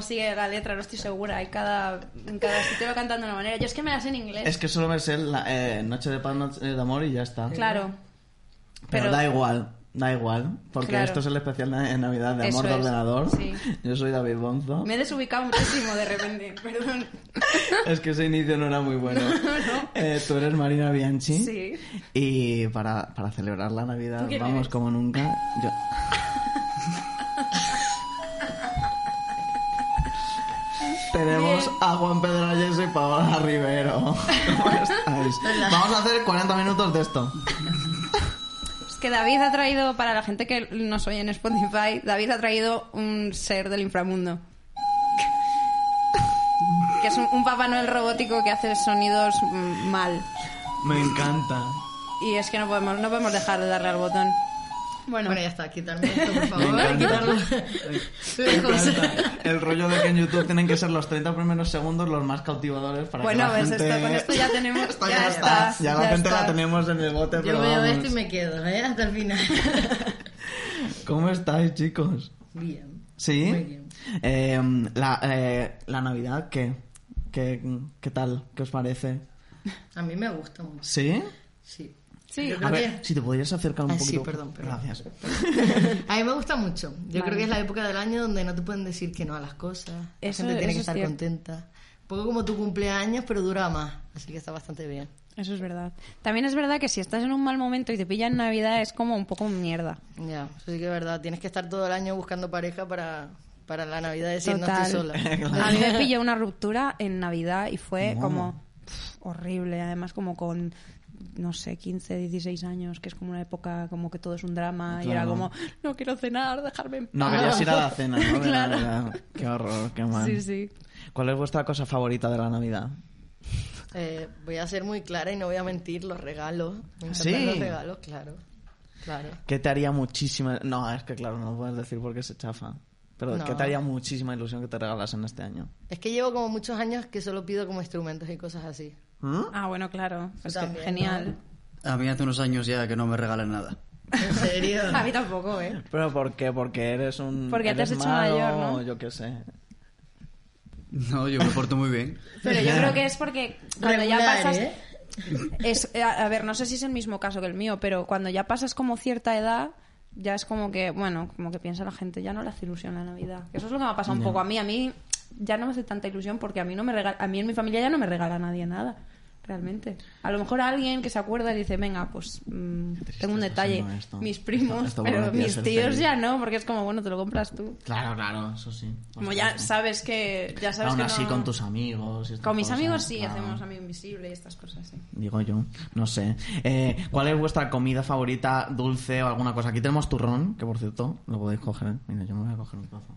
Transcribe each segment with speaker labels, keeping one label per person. Speaker 1: sigue la letra, no estoy segura. En cada, en cada sitio lo cantan de una manera. Yo es que me las sé en inglés.
Speaker 2: Es que solo me sé la, eh, Noche de Paz, Noche de Amor y ya está.
Speaker 1: Claro.
Speaker 2: Pero,
Speaker 1: pero-
Speaker 2: da igual, da igual, porque
Speaker 1: Claro.
Speaker 2: esto es el especial de Navidad de
Speaker 1: Eso
Speaker 2: Amor de
Speaker 1: es,
Speaker 2: Ordenador.
Speaker 1: sí.
Speaker 2: Yo soy David Bonzo.
Speaker 1: Me he desubicado muchísimo de repente, perdón.
Speaker 2: Es que ese inicio no era muy bueno.
Speaker 1: no.
Speaker 2: Eh, tú eres Marina Bianchi.
Speaker 1: Sí.
Speaker 2: Y para, para celebrar la Navidad,
Speaker 1: ¿Tú quién
Speaker 2: vamos
Speaker 1: eres?
Speaker 2: como nunca. Yo. Tenemos
Speaker 1: Bien.
Speaker 2: a Juan Pedralles y Paola Rivero. ¿Cómo estáis? Vamos a hacer 40 minutos de esto.
Speaker 1: Es que David ha traído, para la gente que nos oye en Spotify, David ha traído un ser del inframundo. Que es un, un Papá Noel robótico que hace sonidos mm, mal.
Speaker 2: Me encanta.
Speaker 1: Y es que no podemos, no podemos dejar de darle al botón. Bueno,
Speaker 3: Bueno, ya está, quitarme esto, por
Speaker 2: Me
Speaker 3: favor. Quitarlo.
Speaker 2: encanta.
Speaker 3: Lejos.
Speaker 2: Me encanta. El rollo de que en YouTube tienen que ser los 30 primeros segundos los más cautivadores para
Speaker 1: bueno,
Speaker 2: que la
Speaker 1: ves,
Speaker 2: gente...
Speaker 1: esto, con esto ya tenemos.
Speaker 2: Esto
Speaker 1: ya,
Speaker 2: ya
Speaker 1: está,
Speaker 2: Ya la
Speaker 1: ya
Speaker 2: gente
Speaker 1: está.
Speaker 2: la tenemos en el bote, pero
Speaker 3: Yo veo
Speaker 2: vamos.
Speaker 3: esto y me quedo, ¿eh? Hasta el final.
Speaker 2: ¿Cómo estáis, chicos?
Speaker 3: Bien.
Speaker 2: ¿Sí?
Speaker 3: Muy bien.
Speaker 2: Eh, la, eh, la Navidad, ¿qué? ¿qué? qué tal? ¿Qué os parece?
Speaker 3: A mí me gusta mucho.
Speaker 2: ¿Sí?
Speaker 3: Sí.
Speaker 1: Sí.
Speaker 3: Yo
Speaker 2: A
Speaker 3: creo
Speaker 2: ver,
Speaker 3: que-
Speaker 2: si te podrías acercar un
Speaker 3: Ah, sí,
Speaker 2: poquito.
Speaker 3: perdón, perdón.
Speaker 2: Gracias.
Speaker 3: A mí me gusta mucho. Yo
Speaker 1: Vale.
Speaker 3: creo que es la época del año donde no te pueden decir que no a las cosas. La
Speaker 1: Eso-
Speaker 3: gente tiene
Speaker 1: eso es
Speaker 3: que estar
Speaker 1: cierto.
Speaker 3: contenta. Un poco como tu cumpleaños, pero dura más. Así que está bastante bien.
Speaker 1: Eso es verdad. También es verdad que si estás en un mal momento y te pillan Navidad es como un poco mierda.
Speaker 3: Ya, eso sí que es verdad. Tienes que estar todo el año buscando pareja para, para la Navidad decir no estoy sola.
Speaker 1: A mí me pilló una ruptura en Navidad y fue
Speaker 2: Bueno.
Speaker 1: como pf, horrible. Además, como con no sé, 15, 16 años, que es como una época como que todo es un drama y era
Speaker 2: Claro.
Speaker 1: como, no quiero cenar, dejarme en paz.
Speaker 2: No, querías ir a la cena, ¿no? De
Speaker 1: Claro.
Speaker 2: Navidad. Qué horror, qué mal.
Speaker 1: Sí, sí.
Speaker 2: ¿Cuál es vuestra cosa favorita de la Navidad?
Speaker 3: Eh, voy a ser muy clara y no voy a mentir. Los regalos. Me encantan
Speaker 2: ¿Sí?
Speaker 3: los regalos, claro. Claro.
Speaker 2: ¿Qué te haría muchísima... No, es que claro, no puedes decir porque se chafa. Pero
Speaker 3: No.
Speaker 2: ¿qué te haría muchísima ilusión que te regalasen este año?
Speaker 3: Es que llevo como muchos años que solo pido como instrumentos y cosas así.
Speaker 2: ¿Mm?
Speaker 1: Ah, bueno, claro. Es que
Speaker 3: También,
Speaker 1: genial.
Speaker 4: A mí hace unos años ya que no me regalan nada.
Speaker 3: ¿En serio?
Speaker 1: A mí tampoco, ¿eh?
Speaker 2: ¿Pero por qué? Porque eres un...
Speaker 1: Porque te
Speaker 2: eres
Speaker 1: has hecho
Speaker 2: malo,
Speaker 1: mayor, ¿no?
Speaker 2: Yo qué sé.
Speaker 4: No, yo me porto muy bien.
Speaker 1: Pero yo creo que es porque cuando ya
Speaker 3: Regular,
Speaker 1: pasas...
Speaker 3: ¿eh?
Speaker 1: Es, eh, a a ver, no sé si es el mismo caso que el mío, pero cuando ya pasas como cierta edad, ya es como que, bueno, como que piensa la gente, ya no le hace ilusión la Navidad. Eso es lo que me ha pasado un poco a mí. A mí ya no me hace tanta ilusión porque a mí, no me regala, a mí en mi familia ya no me regala nadie nada, realmente. A lo mejor alguien que se acuerda y dice, venga, pues mm,
Speaker 2: triste
Speaker 1: tengo un
Speaker 2: está
Speaker 1: detalle,
Speaker 2: siendo esto.
Speaker 1: mis primos,
Speaker 2: Esto- esto
Speaker 1: pero
Speaker 2: volvería a
Speaker 1: mis
Speaker 2: ser
Speaker 1: tíos
Speaker 2: feliz.
Speaker 1: ya no, porque es como, bueno, te lo compras tú.
Speaker 2: Claro, claro, eso sí. Pues
Speaker 1: Como ya sabes que... Ya sabes
Speaker 2: Aún
Speaker 1: que
Speaker 2: así
Speaker 1: no-
Speaker 2: con tus amigos. y estas
Speaker 1: Con mis
Speaker 2: cosas,
Speaker 1: amigos sí
Speaker 2: claro.
Speaker 1: hacemos amigo invisible y estas cosas, sí.
Speaker 2: Digo yo, no sé. Eh, ¿Cuál es vuestra comida favorita, dulce o alguna cosa? Aquí tenemos turrón, que por cierto, lo podéis coger. ¿eh? Mira, yo me voy a coger un trozo.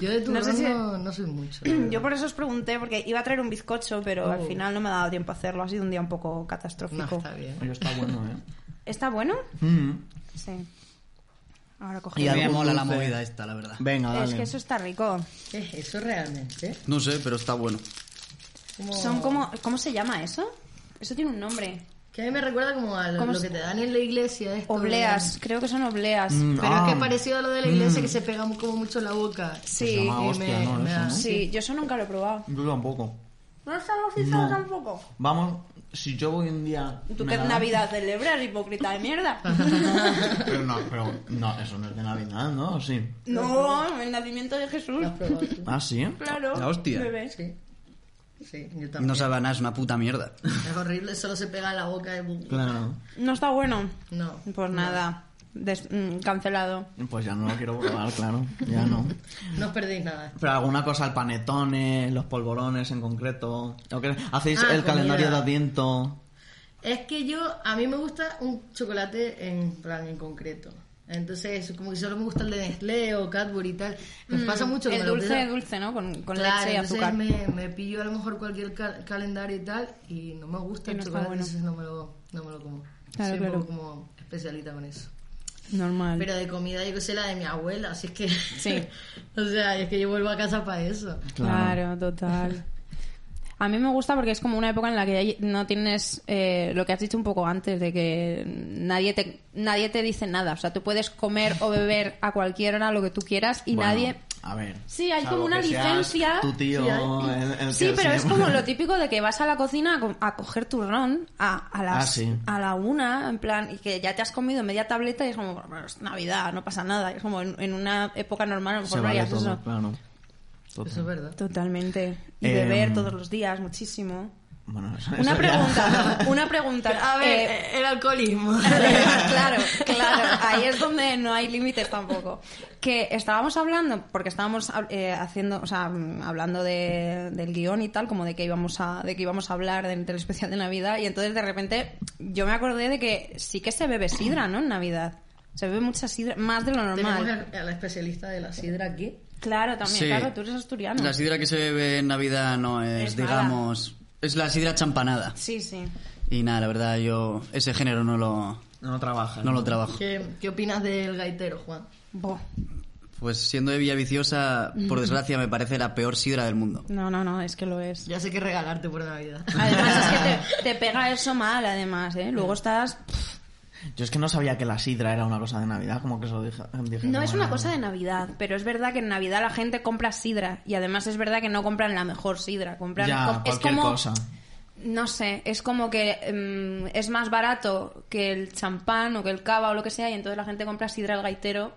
Speaker 3: Yo de turrón
Speaker 1: No
Speaker 3: no,
Speaker 1: sé si-
Speaker 3: no, soy mucho. la verdad.
Speaker 1: Yo por eso os pregunté, porque iba a traer un bizcocho, pero al
Speaker 3: Oh.
Speaker 1: final no me ha dado tiempo a hacerlo. Ha sido un día un poco
Speaker 3: No,
Speaker 1: catastrófico.
Speaker 3: está bien.
Speaker 2: Oye, está bueno, ¿eh?
Speaker 1: ¿Está bueno?
Speaker 2: Mm.
Speaker 1: Sí. Ahora
Speaker 2: Y
Speaker 4: Y
Speaker 1: cogemos.
Speaker 4: a mí me
Speaker 2: algún
Speaker 4: mola la
Speaker 2: dulce.
Speaker 4: movida esta, la verdad.
Speaker 2: Venga, dale.
Speaker 1: Es que eso está rico.
Speaker 3: ¿Qué es eso realmente?
Speaker 4: No sé, pero está bueno.
Speaker 3: Como-
Speaker 1: Son como... ¿Cómo se llama eso? Eso tiene un nombre.
Speaker 3: Que a mí me recuerda como a lo,
Speaker 1: ¿Cómo
Speaker 3: lo
Speaker 1: se-
Speaker 3: que te dan en la iglesia. esto de-
Speaker 1: Obleas. Creo que son obleas.
Speaker 2: Mm,
Speaker 3: Pero
Speaker 2: ah, Mm.
Speaker 3: es que es parecido a lo de la iglesia que se pega mu- como mucho en la boca.
Speaker 2: Se
Speaker 1: Sí.
Speaker 2: llama
Speaker 3: y
Speaker 2: hostia,
Speaker 3: me-
Speaker 2: ¿no?
Speaker 3: me
Speaker 2: Eso,
Speaker 3: da-
Speaker 2: ¿no?
Speaker 1: Sí, yo eso nunca lo he probado.
Speaker 2: Yo tampoco.
Speaker 1: No está gozado
Speaker 2: No.
Speaker 1: tampoco.
Speaker 2: Vamos, si yo hoy en día...
Speaker 1: ¿Tú
Speaker 2: me
Speaker 1: qué
Speaker 2: la dan-
Speaker 1: Navidad celebras, hipócrita de mierda?
Speaker 2: Pero no, pero no, eso no es de Navidad, ¿no? ¿O Sí.
Speaker 1: no, el nacimiento de Jesús.
Speaker 3: ¿Lo has probado tú?
Speaker 2: Ah, sí.
Speaker 1: Claro.
Speaker 4: La hostia.
Speaker 1: bebé.
Speaker 3: Sí. Sí, yo también.
Speaker 4: No sabe a nada, es una puta mierda.
Speaker 3: Es horrible, solo se pega en la boca. y-
Speaker 2: Claro.
Speaker 1: No está bueno.
Speaker 3: No.
Speaker 1: Pues nada, des- mm, cancelado.
Speaker 2: Pues ya no lo quiero probar, claro. Ya no.
Speaker 3: No os perdéis nada.
Speaker 2: Pero alguna cosa, el panetone, los polvorones en concreto. ¿O qué? ¿Hacéis
Speaker 3: Ah,
Speaker 2: el
Speaker 3: comida.
Speaker 2: calendario de adviento?
Speaker 3: Es que yo, a mí me gusta un chocolate en plan en concreto. Entonces, como que solo me gusta el de Nestlé o Cadbury y tal. Me pasa mucho que
Speaker 1: Mm, el
Speaker 3: me lo
Speaker 1: dulce,
Speaker 3: pido-
Speaker 1: dulce, ¿no? Con, con
Speaker 3: Claro,
Speaker 1: leche y
Speaker 3: entonces
Speaker 1: azúcar.
Speaker 3: Me, me pillo a lo mejor cualquier cal- calendario y tal y no me gusta
Speaker 1: Y
Speaker 3: el
Speaker 1: no está
Speaker 3: chocolate,
Speaker 1: bueno.
Speaker 3: entonces no me lo, no me lo como.
Speaker 1: Claro,
Speaker 3: Soy un
Speaker 1: claro.
Speaker 3: poco como especialita con eso.
Speaker 1: Normal.
Speaker 3: Pero de comida yo que sé la de mi abuela, así es que...
Speaker 1: Sí.
Speaker 3: o sea, es que yo vuelvo a casa para eso.
Speaker 1: Claro, total. A mí me gusta porque es como una época en la que ya no tienes eh, lo que has dicho un poco antes, de que nadie te, nadie te dice nada. O sea, tú puedes comer o beber a cualquier hora lo que tú quieras y
Speaker 2: Bueno,
Speaker 1: nadie...
Speaker 2: A ver.
Speaker 1: Sí, hay
Speaker 2: salvo
Speaker 1: como una
Speaker 2: que seas
Speaker 1: licencia.
Speaker 2: Tu tío.
Speaker 3: Sí, hay.
Speaker 2: el- el que
Speaker 1: Sí, pero es
Speaker 2: siempre-
Speaker 1: como lo típico de que vas a la cocina a, co- a coger turrón a, a las
Speaker 2: Ah, sí.
Speaker 1: a la una, en plan, y que ya te has comido media tableta y es como, bueno, es Navidad, no pasa nada. Es como en, en una época normal, a lo
Speaker 2: Se
Speaker 1: mejor no
Speaker 2: vale
Speaker 1: harías
Speaker 2: todo,
Speaker 1: eso.
Speaker 2: claro. Total.
Speaker 3: Eso es verdad.
Speaker 1: Totalmente. Y
Speaker 2: Eh,
Speaker 1: beber todos los días, muchísimo.
Speaker 2: Bueno, eso-
Speaker 1: Una
Speaker 2: eso ya-
Speaker 1: pregunta, una pregunta.
Speaker 3: A ver,
Speaker 1: Eh,
Speaker 3: el alcoholismo.
Speaker 1: claro, claro. Ahí es donde no hay límites tampoco. Que estábamos hablando, porque estábamos eh, haciendo, o sea, mm, hablando de- del guión y tal, como de que íbamos a, de que íbamos a hablar del, del especial de Navidad, y entonces de repente yo me acordé de que sí que se bebe sidra, ¿no? En Navidad. Se bebe mucha sidra, más de lo
Speaker 3: Tenemos
Speaker 1: normal.
Speaker 3: al- a la especialista de la sidra aquí.
Speaker 1: Claro, también,
Speaker 4: Sí.
Speaker 1: claro, tú eres asturiano.
Speaker 4: La sidra que se bebe en Navidad no es,
Speaker 1: Es mala.
Speaker 4: digamos... Es la sidra champanada.
Speaker 1: Sí, sí.
Speaker 4: Y nada, la verdad, yo ese género no lo,
Speaker 2: No trabaja.
Speaker 4: no lo trabajo.
Speaker 3: ¿Qué, qué opinas del gaitero, Juan?
Speaker 1: Buah.
Speaker 4: Pues siendo de Villaviciosa, por desgracia, me parece la peor sidra del mundo.
Speaker 1: No, no, no, es que lo es.
Speaker 3: Ya sé qué regalarte por Navidad.
Speaker 1: Además, Ah, es que te, te pega eso mal, además, ¿eh? Luego estás...
Speaker 2: Yo es que no sabía que la sidra era una cosa de Navidad, como que eso dije. dije,
Speaker 1: No es una
Speaker 2: bueno,
Speaker 1: cosa de Navidad, pero es verdad que en Navidad la gente compra sidra y además es verdad que no compran la mejor sidra, compran
Speaker 2: Ya,
Speaker 1: com- es
Speaker 2: cualquier
Speaker 1: como
Speaker 2: cosa.
Speaker 1: no sé, es como que mm, es más barato que el champán o que el cava o lo que sea y entonces la gente compra sidra al gaitero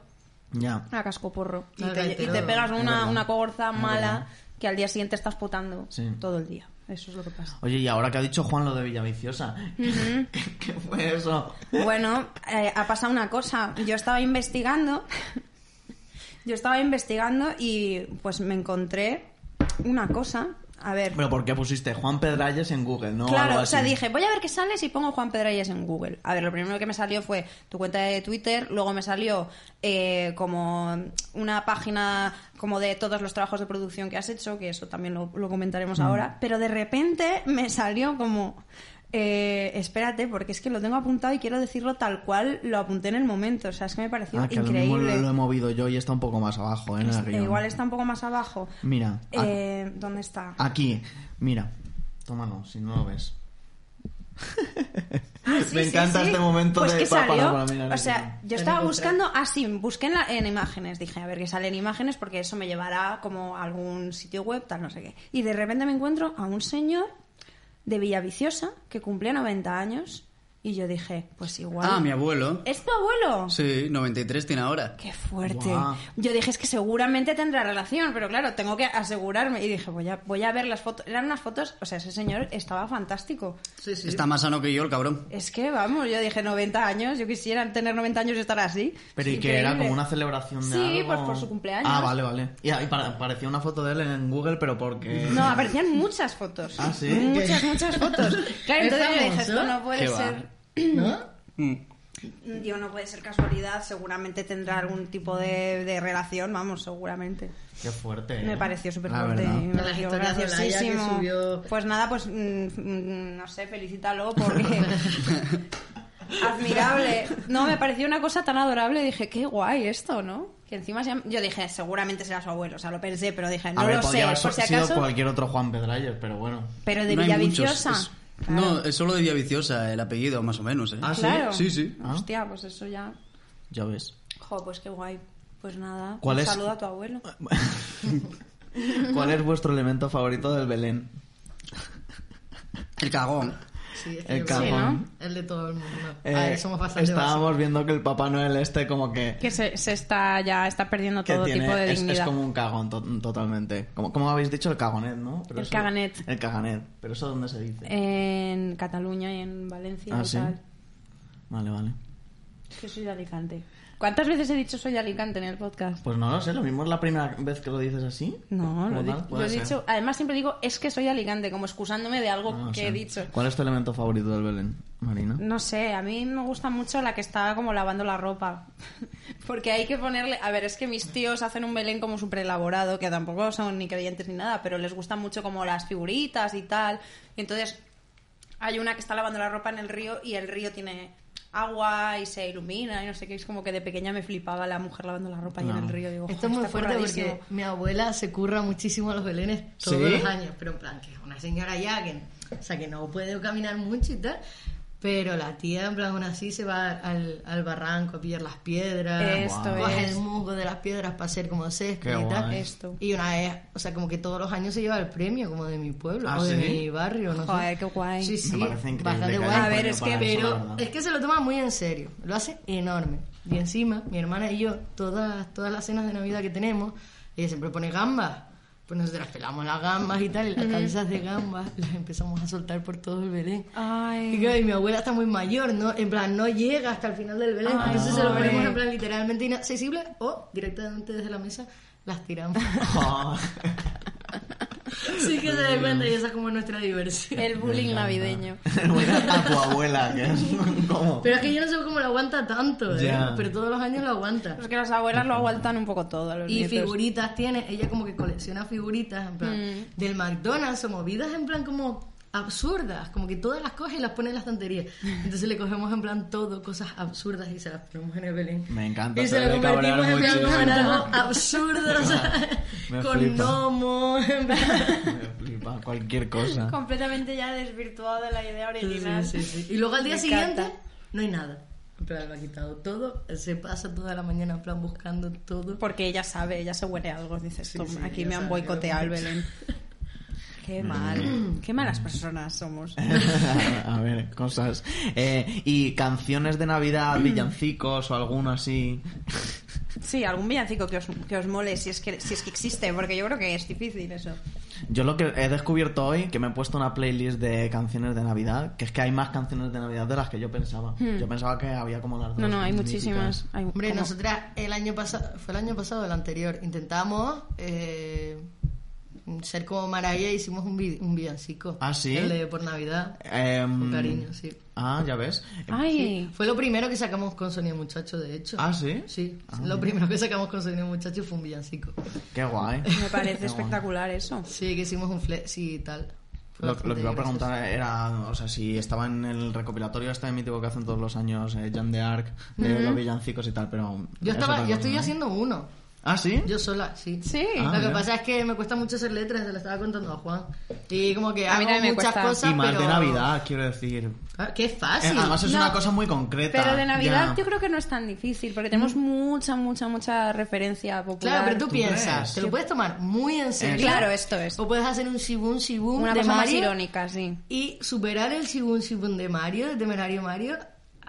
Speaker 2: Ya.
Speaker 1: a cascoporro y,
Speaker 3: Al
Speaker 1: te, y
Speaker 3: gaitero,
Speaker 1: te pegas
Speaker 2: es
Speaker 1: una,
Speaker 2: verdad.
Speaker 1: una cogorza
Speaker 2: Es
Speaker 1: mala
Speaker 2: verdad.
Speaker 1: que al día siguiente estás potando
Speaker 2: Sí.
Speaker 1: todo el día. Eso es lo que pasa.
Speaker 2: Oye, y ahora que ha dicho Juan lo de Villaviciosa, ¿qué, qué fue eso?
Speaker 1: Bueno, eh, ha pasado una cosa. Yo estaba investigando. Yo estaba investigando y pues me encontré una cosa. A ver.
Speaker 2: Pero ¿por qué pusiste Juan Pedralles en Google, no?
Speaker 1: Claro,
Speaker 2: Algo
Speaker 1: o sea,
Speaker 2: así.
Speaker 1: dije, voy a ver qué sale si pongo Juan Pedralles en Google. A ver, lo primero que me salió fue tu cuenta de Twitter, luego me salió eh, como una página como de todos los trabajos de producción que has hecho, que eso también lo, lo
Speaker 2: Mm.
Speaker 1: comentaremos ahora, pero de repente me salió como... eh, espérate, porque es que lo tengo apuntado y quiero decirlo tal cual lo apunté en el momento. O sea, es que me pareció
Speaker 2: Ah, que lo mismo
Speaker 1: increíble.
Speaker 2: lo, he movido yo y está un poco más abajo, ¿eh? en el
Speaker 1: Eh,
Speaker 2: guión.
Speaker 1: igual está un poco más abajo.
Speaker 2: Mira, a-
Speaker 1: Eh, ¿Dónde está?
Speaker 2: aquí, mira, tómalo, si no lo ves.
Speaker 1: Ah, sí,
Speaker 2: Me
Speaker 1: sí,
Speaker 2: encanta
Speaker 1: sí.
Speaker 2: este momento
Speaker 1: pues
Speaker 2: de
Speaker 1: que
Speaker 2: pa- para-
Speaker 1: salió,
Speaker 2: para mirar
Speaker 1: o
Speaker 2: eso.
Speaker 1: sea, yo
Speaker 3: Para
Speaker 1: estaba
Speaker 3: encontrar.
Speaker 1: buscando así, busqué en, la- en imágenes, dije, a ver qué salen imágenes porque eso me llevará como a algún sitio web, tal, no sé qué. Y de repente me encuentro a un señor de Villaviciosa que cumplía 90 años y yo dije, pues igual.
Speaker 4: Ah, mi abuelo.
Speaker 1: ¿Es tu abuelo?
Speaker 4: Sí, 93 tiene ahora.
Speaker 1: Eh. Qué fuerte.
Speaker 2: Guau.
Speaker 1: Yo dije, es que seguramente tendrá relación, pero claro, tengo que asegurarme. Y dije, voy a, voy a ver las fotos. Eran unas fotos, o sea, ese señor estaba fantástico.
Speaker 3: Sí, sí.
Speaker 4: Está más sano que yo, el cabrón.
Speaker 1: Es que, vamos, yo dije 90 años, yo quisiera tener 90 años y estar así.
Speaker 2: Pero y
Speaker 1: Es
Speaker 2: que era
Speaker 1: increíble.
Speaker 2: como una celebración de
Speaker 1: Sí,
Speaker 2: algo.
Speaker 1: pues por su cumpleaños.
Speaker 2: Ah, vale, vale. Y ahí para- parecía una foto de él en Google, pero porque...
Speaker 1: No, aparecían muchas fotos.
Speaker 2: Ah, ¿sí?
Speaker 1: Muchas,
Speaker 2: ¿Qué?
Speaker 1: muchas fotos. Claro,
Speaker 3: ¿Es
Speaker 1: entonces yo dije,
Speaker 3: famoso?
Speaker 1: esto no puede
Speaker 4: ¿Qué va?
Speaker 1: ser...
Speaker 3: ¿No?
Speaker 4: Mm.
Speaker 1: Digo, no puede ser casualidad, seguramente tendrá algún tipo de, de relación, vamos, seguramente.
Speaker 2: Qué fuerte.
Speaker 1: Me
Speaker 2: ¿eh?
Speaker 1: pareció súper
Speaker 2: La
Speaker 1: fuerte. y
Speaker 2: verdad.
Speaker 1: me
Speaker 3: Las
Speaker 1: pareció
Speaker 3: historias de Olaya que
Speaker 1: graciosísimo.
Speaker 3: subió-
Speaker 1: Pues nada, pues mm, mm, no sé, felicítalo porque. Admirable. No, me pareció una cosa tan adorable. Dije, qué guay esto, ¿no? Que encima sea... Yo dije, seguramente será su abuelo. O sea, lo pensé, pero dije, no
Speaker 2: a ver,
Speaker 1: lo
Speaker 2: podía
Speaker 1: sé.
Speaker 2: haber
Speaker 1: Por si
Speaker 2: sido
Speaker 1: acaso.
Speaker 2: cualquier otro Juan Pedralles, pero bueno.
Speaker 1: Pero de
Speaker 4: No hay
Speaker 1: Villaviciosa.
Speaker 4: muchos, es-
Speaker 1: Claro.
Speaker 4: No, es solo de Villaviciosa el apellido, más o menos. ¿eh?
Speaker 2: Ah, ¿sí?
Speaker 1: Claro.
Speaker 4: Sí, sí.
Speaker 2: Ah.
Speaker 1: Hostia, pues eso ya.
Speaker 2: Ya ves.
Speaker 1: Jo, pues qué guay. Pues nada.
Speaker 2: ¿Cuál
Speaker 1: un
Speaker 2: es?
Speaker 1: saludo a tu abuelo.
Speaker 2: ¿Cuál es vuestro elemento favorito del Belén?
Speaker 4: El cagón.
Speaker 3: Sí, es que
Speaker 2: El
Speaker 3: yo creo que
Speaker 2: cajón.
Speaker 3: El de todo el mundo.
Speaker 2: Eh,
Speaker 3: Ay, somos bastante
Speaker 2: estábamos viendo que el Papá Noel este como que...
Speaker 1: Que se, se está ya está perdiendo
Speaker 2: que
Speaker 1: todo
Speaker 2: tiene-
Speaker 1: tipo de
Speaker 2: es,
Speaker 1: dignidad.
Speaker 2: es como un cagón to- totalmente. Como, como habéis dicho, el cagonet, ¿no? Pero
Speaker 1: El Eh.
Speaker 2: eso-
Speaker 1: caganet.
Speaker 2: El caganet. Pero eso dónde se dice.
Speaker 1: En Cataluña y en Valencia
Speaker 2: Ah,
Speaker 1: y
Speaker 2: ¿sí?
Speaker 1: tal.
Speaker 2: Vale, vale.
Speaker 1: Que soy de Alicante. ¿Cuántas veces he dicho soy de Alicante en el podcast?
Speaker 2: Pues no lo sé, lo mismo es la primera vez que lo dices así.
Speaker 1: No, lo,
Speaker 2: Como
Speaker 1: he
Speaker 2: tal,
Speaker 1: dicho-
Speaker 2: puede
Speaker 1: lo he
Speaker 2: ser.
Speaker 1: dicho. Además, siempre digo es que soy de Alicante, como excusándome de algo
Speaker 2: Ah, o
Speaker 1: que
Speaker 2: sea,
Speaker 1: he dicho. Mm,
Speaker 2: ¿Cuál es tu elemento favorito del Belén, Marina?
Speaker 1: No sé, a mí me gusta mucho la que está como lavando la ropa. Porque hay que ponerle. A ver, es que mis tíos hacen un belén como súper elaborado, que tampoco son ni creyentes ni nada, pero les gustan mucho como las figuritas y tal. Y entonces hay una que está lavando la ropa en el río y el río tiene agua y se ilumina y no sé qué. Es como que de pequeña me flipaba la mujer lavando la ropa ahí en
Speaker 2: Claro.
Speaker 1: el río. Digo,
Speaker 3: Esto es
Speaker 1: "Jo,
Speaker 3: muy
Speaker 1: está
Speaker 3: fuerte
Speaker 1: curradísimo".
Speaker 3: porque mi abuela se curra muchísimo a los belenes todos
Speaker 2: ¿Sí?
Speaker 3: los años, pero en plan que es una señora ya que, o sea, que no puede caminar mucho y tal, Pero la tía, en plan, aún así se va al, al barranco a pillar las piedras.
Speaker 1: Esto
Speaker 3: Baja
Speaker 1: es.
Speaker 3: el musgo de las piedras para hacer como césped
Speaker 2: Qué
Speaker 3: y tal.
Speaker 2: guay.
Speaker 1: Esto.
Speaker 3: Y una vez, o sea, como que todos los años se lleva el premio, como de mi pueblo,
Speaker 2: Ah,
Speaker 3: o de
Speaker 2: ¿sí?
Speaker 3: mi barrio, no
Speaker 1: Joder,
Speaker 3: sé.
Speaker 1: qué guay.
Speaker 3: Sí, sí,
Speaker 2: Me parece increíble.
Speaker 3: bastante
Speaker 2: que
Speaker 3: guay.
Speaker 2: haya
Speaker 1: A ver,
Speaker 2: un
Speaker 1: es
Speaker 2: premio
Speaker 1: que-
Speaker 2: para eso, la
Speaker 3: Pero
Speaker 2: verdad.
Speaker 3: es que se lo toma muy en serio, lo hace enorme. Y encima, mi hermana y yo, todas, todas las cenas de Navidad que tenemos, ella siempre pone gambas. Pues nosotras pelamos las gambas y tal, y las cabezas de gambas las empezamos a soltar por todo el Belén.
Speaker 1: Ay.
Speaker 3: Y claro, y mi abuela está muy mayor, ¿no? En plan, no llega hasta el final del Belén.
Speaker 1: Ay,
Speaker 3: entonces se lo
Speaker 1: pobre.
Speaker 3: ponemos en plan literalmente inaccesible o directamente desde la mesa las tiramos.
Speaker 2: Oh.
Speaker 3: sí que se da cuenta y esa es como nuestra diversión.
Speaker 1: El bullying navideño.
Speaker 2: Bueno, a tu abuela, que es como...
Speaker 3: Pero es que yo no sé cómo lo aguanta tanto, ¿eh?
Speaker 2: Ya.
Speaker 3: Pero todos los años lo aguanta.
Speaker 1: Porque las abuelas lo aguantan un poco todo. a los
Speaker 3: Y
Speaker 1: nietos.
Speaker 3: figuritas tiene, ella como que colecciona figuritas, en plan, del McDonald's o movidas en plan como absurdas, como que todas las coge y las pone en la estantería. Entonces le cogemos en plan todo, cosas absurdas y se las ponemos en el Belén.
Speaker 2: Me encanta,
Speaker 3: Y
Speaker 2: se
Speaker 3: se
Speaker 2: debe
Speaker 3: lo convertimos en
Speaker 2: cabrear
Speaker 3: plan como en
Speaker 2: muchísimo.
Speaker 3: algo absurdo, o sea,
Speaker 2: Me
Speaker 3: con
Speaker 2: flipa.
Speaker 3: gnomos, en plan.
Speaker 2: Me flipa, cualquier cosa.
Speaker 1: Completamente ya desvirtuado de la idea original.
Speaker 3: Sí, sí, sí. Y luego al día
Speaker 1: Me
Speaker 3: siguiente
Speaker 1: encanta.
Speaker 3: no hay nada. En plan, lo ha quitado todo, se pasa toda la mañana en plan buscando todo.
Speaker 1: Porque ella sabe, ella se huele algo. Dice,
Speaker 3: Sí,
Speaker 1: "Tom,
Speaker 3: sí,
Speaker 1: aquí
Speaker 3: ya
Speaker 1: me han
Speaker 3: sabe,
Speaker 1: boicoteado el
Speaker 3: pero-
Speaker 1: Belén. Qué mal. Qué malas personas somos.
Speaker 2: a ver, cosas. Eh, y canciones de
Speaker 1: Mm.
Speaker 2: Navidad, villancicos o alguno así.
Speaker 1: Sí, algún villancico que os, que os mole, si es que, si es que existe, porque yo creo que es difícil eso.
Speaker 2: Yo lo que he descubierto hoy, que me he puesto una playlist de canciones de Navidad, que es que hay más canciones de Navidad de las que yo pensaba. Yo pensaba que había como las dos.
Speaker 1: Mm. No, no, hay
Speaker 2: míticas.
Speaker 1: muchísimas. Hay
Speaker 3: Hombre,
Speaker 1: como-
Speaker 3: nosotras el año pasado, fue el año pasado o el anterior, intentamos eh, ser como Maraya hicimos un, vi- un villancico.
Speaker 2: ¿Ah, sí?
Speaker 3: El de por Navidad,
Speaker 2: Em,
Speaker 3: con cariño, sí.
Speaker 2: Ah, ya ves.
Speaker 1: Ay,
Speaker 3: Fue lo primero que sacamos con Sonia Muchacho, de hecho.
Speaker 2: Ah, sí.
Speaker 3: Sí, lo primero que sacamos con Sonia Muchacho fue un villancico.
Speaker 2: Qué guay. Qué
Speaker 1: me parece
Speaker 2: guay.
Speaker 1: espectacular eso.
Speaker 3: Sí, que hicimos un flex y tal. Fue
Speaker 2: Lo,
Speaker 3: bastante
Speaker 2: lo que iba a
Speaker 3: gracioso.
Speaker 2: preguntar era, o sea, si estaba en el recopilatorio este mítico que hacen todos los años, eh, Jan de Arc, de
Speaker 1: Mm.
Speaker 2: los villancicos y tal, pero...
Speaker 3: Yo,
Speaker 2: es
Speaker 3: estaba,
Speaker 2: otra
Speaker 3: yo
Speaker 2: cosa,
Speaker 3: estoy
Speaker 2: ¿no?
Speaker 3: haciendo uno,
Speaker 2: Ah, ¿sí?
Speaker 3: yo sola, sí.
Speaker 1: Sí.
Speaker 2: Ah,
Speaker 3: lo que
Speaker 2: mira.
Speaker 3: pasa es que me cuesta mucho hacer letras, se lo estaba contando a Juan. Y como que
Speaker 1: A mí
Speaker 3: hago
Speaker 1: también me
Speaker 3: muchas
Speaker 1: cuesta.
Speaker 3: cosas,
Speaker 2: y más
Speaker 3: pero...
Speaker 2: de Navidad, quiero decir.
Speaker 3: Ah, ¡Qué
Speaker 2: Eh,
Speaker 3: fácil!
Speaker 2: Además es
Speaker 1: No.
Speaker 2: una cosa muy concreta.
Speaker 1: Pero de Navidad
Speaker 2: ya.
Speaker 1: yo creo que no es tan difícil, porque tenemos mucha, mucha, mucha referencia popular.
Speaker 3: Mm. Claro, pero tú,
Speaker 2: ¿Tú
Speaker 3: piensas,
Speaker 2: crees?
Speaker 3: te lo puedes tomar muy en serio.
Speaker 1: Claro, esto es.
Speaker 3: O puedes hacer un shibun shibun
Speaker 1: Una
Speaker 3: de
Speaker 1: cosa más
Speaker 3: Mario
Speaker 1: irónica, sí.
Speaker 3: y superar el shibun shibun de Mario, de Temerario Mario.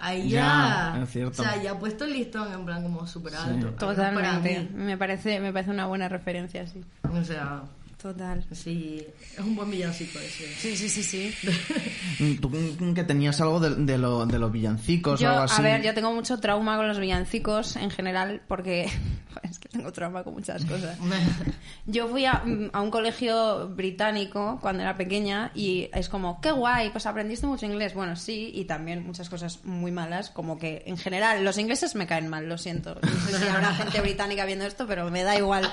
Speaker 3: Ahí
Speaker 2: Ya,
Speaker 3: ya.
Speaker 2: es cierto.
Speaker 3: O sea, ya puesto el listón en plan como super alto. Al menos
Speaker 1: Totalmente. Me parece, me parece una buena referencia, sí.
Speaker 3: para mí. O sea,
Speaker 1: Total.
Speaker 3: sí, es un buen villancico ese.
Speaker 1: Sí, sí, sí, sí.
Speaker 2: Tú mm, que tenías algo de, de lo- de los villancicos
Speaker 1: Yo,
Speaker 2: o Pues algo así.
Speaker 1: a ver, yo tengo mucho trauma con los villancicos en general porque es que tengo trauma con muchas cosas. Yo fui a, mm, a un colegio británico cuando era pequeña y es como, qué guay, pues aprendiste mucho inglés. Bueno, sí, y también muchas cosas muy malas, como que en general los ingleses me caen mal, lo siento. No sé si habrá gente británica viendo esto, pero me da igual.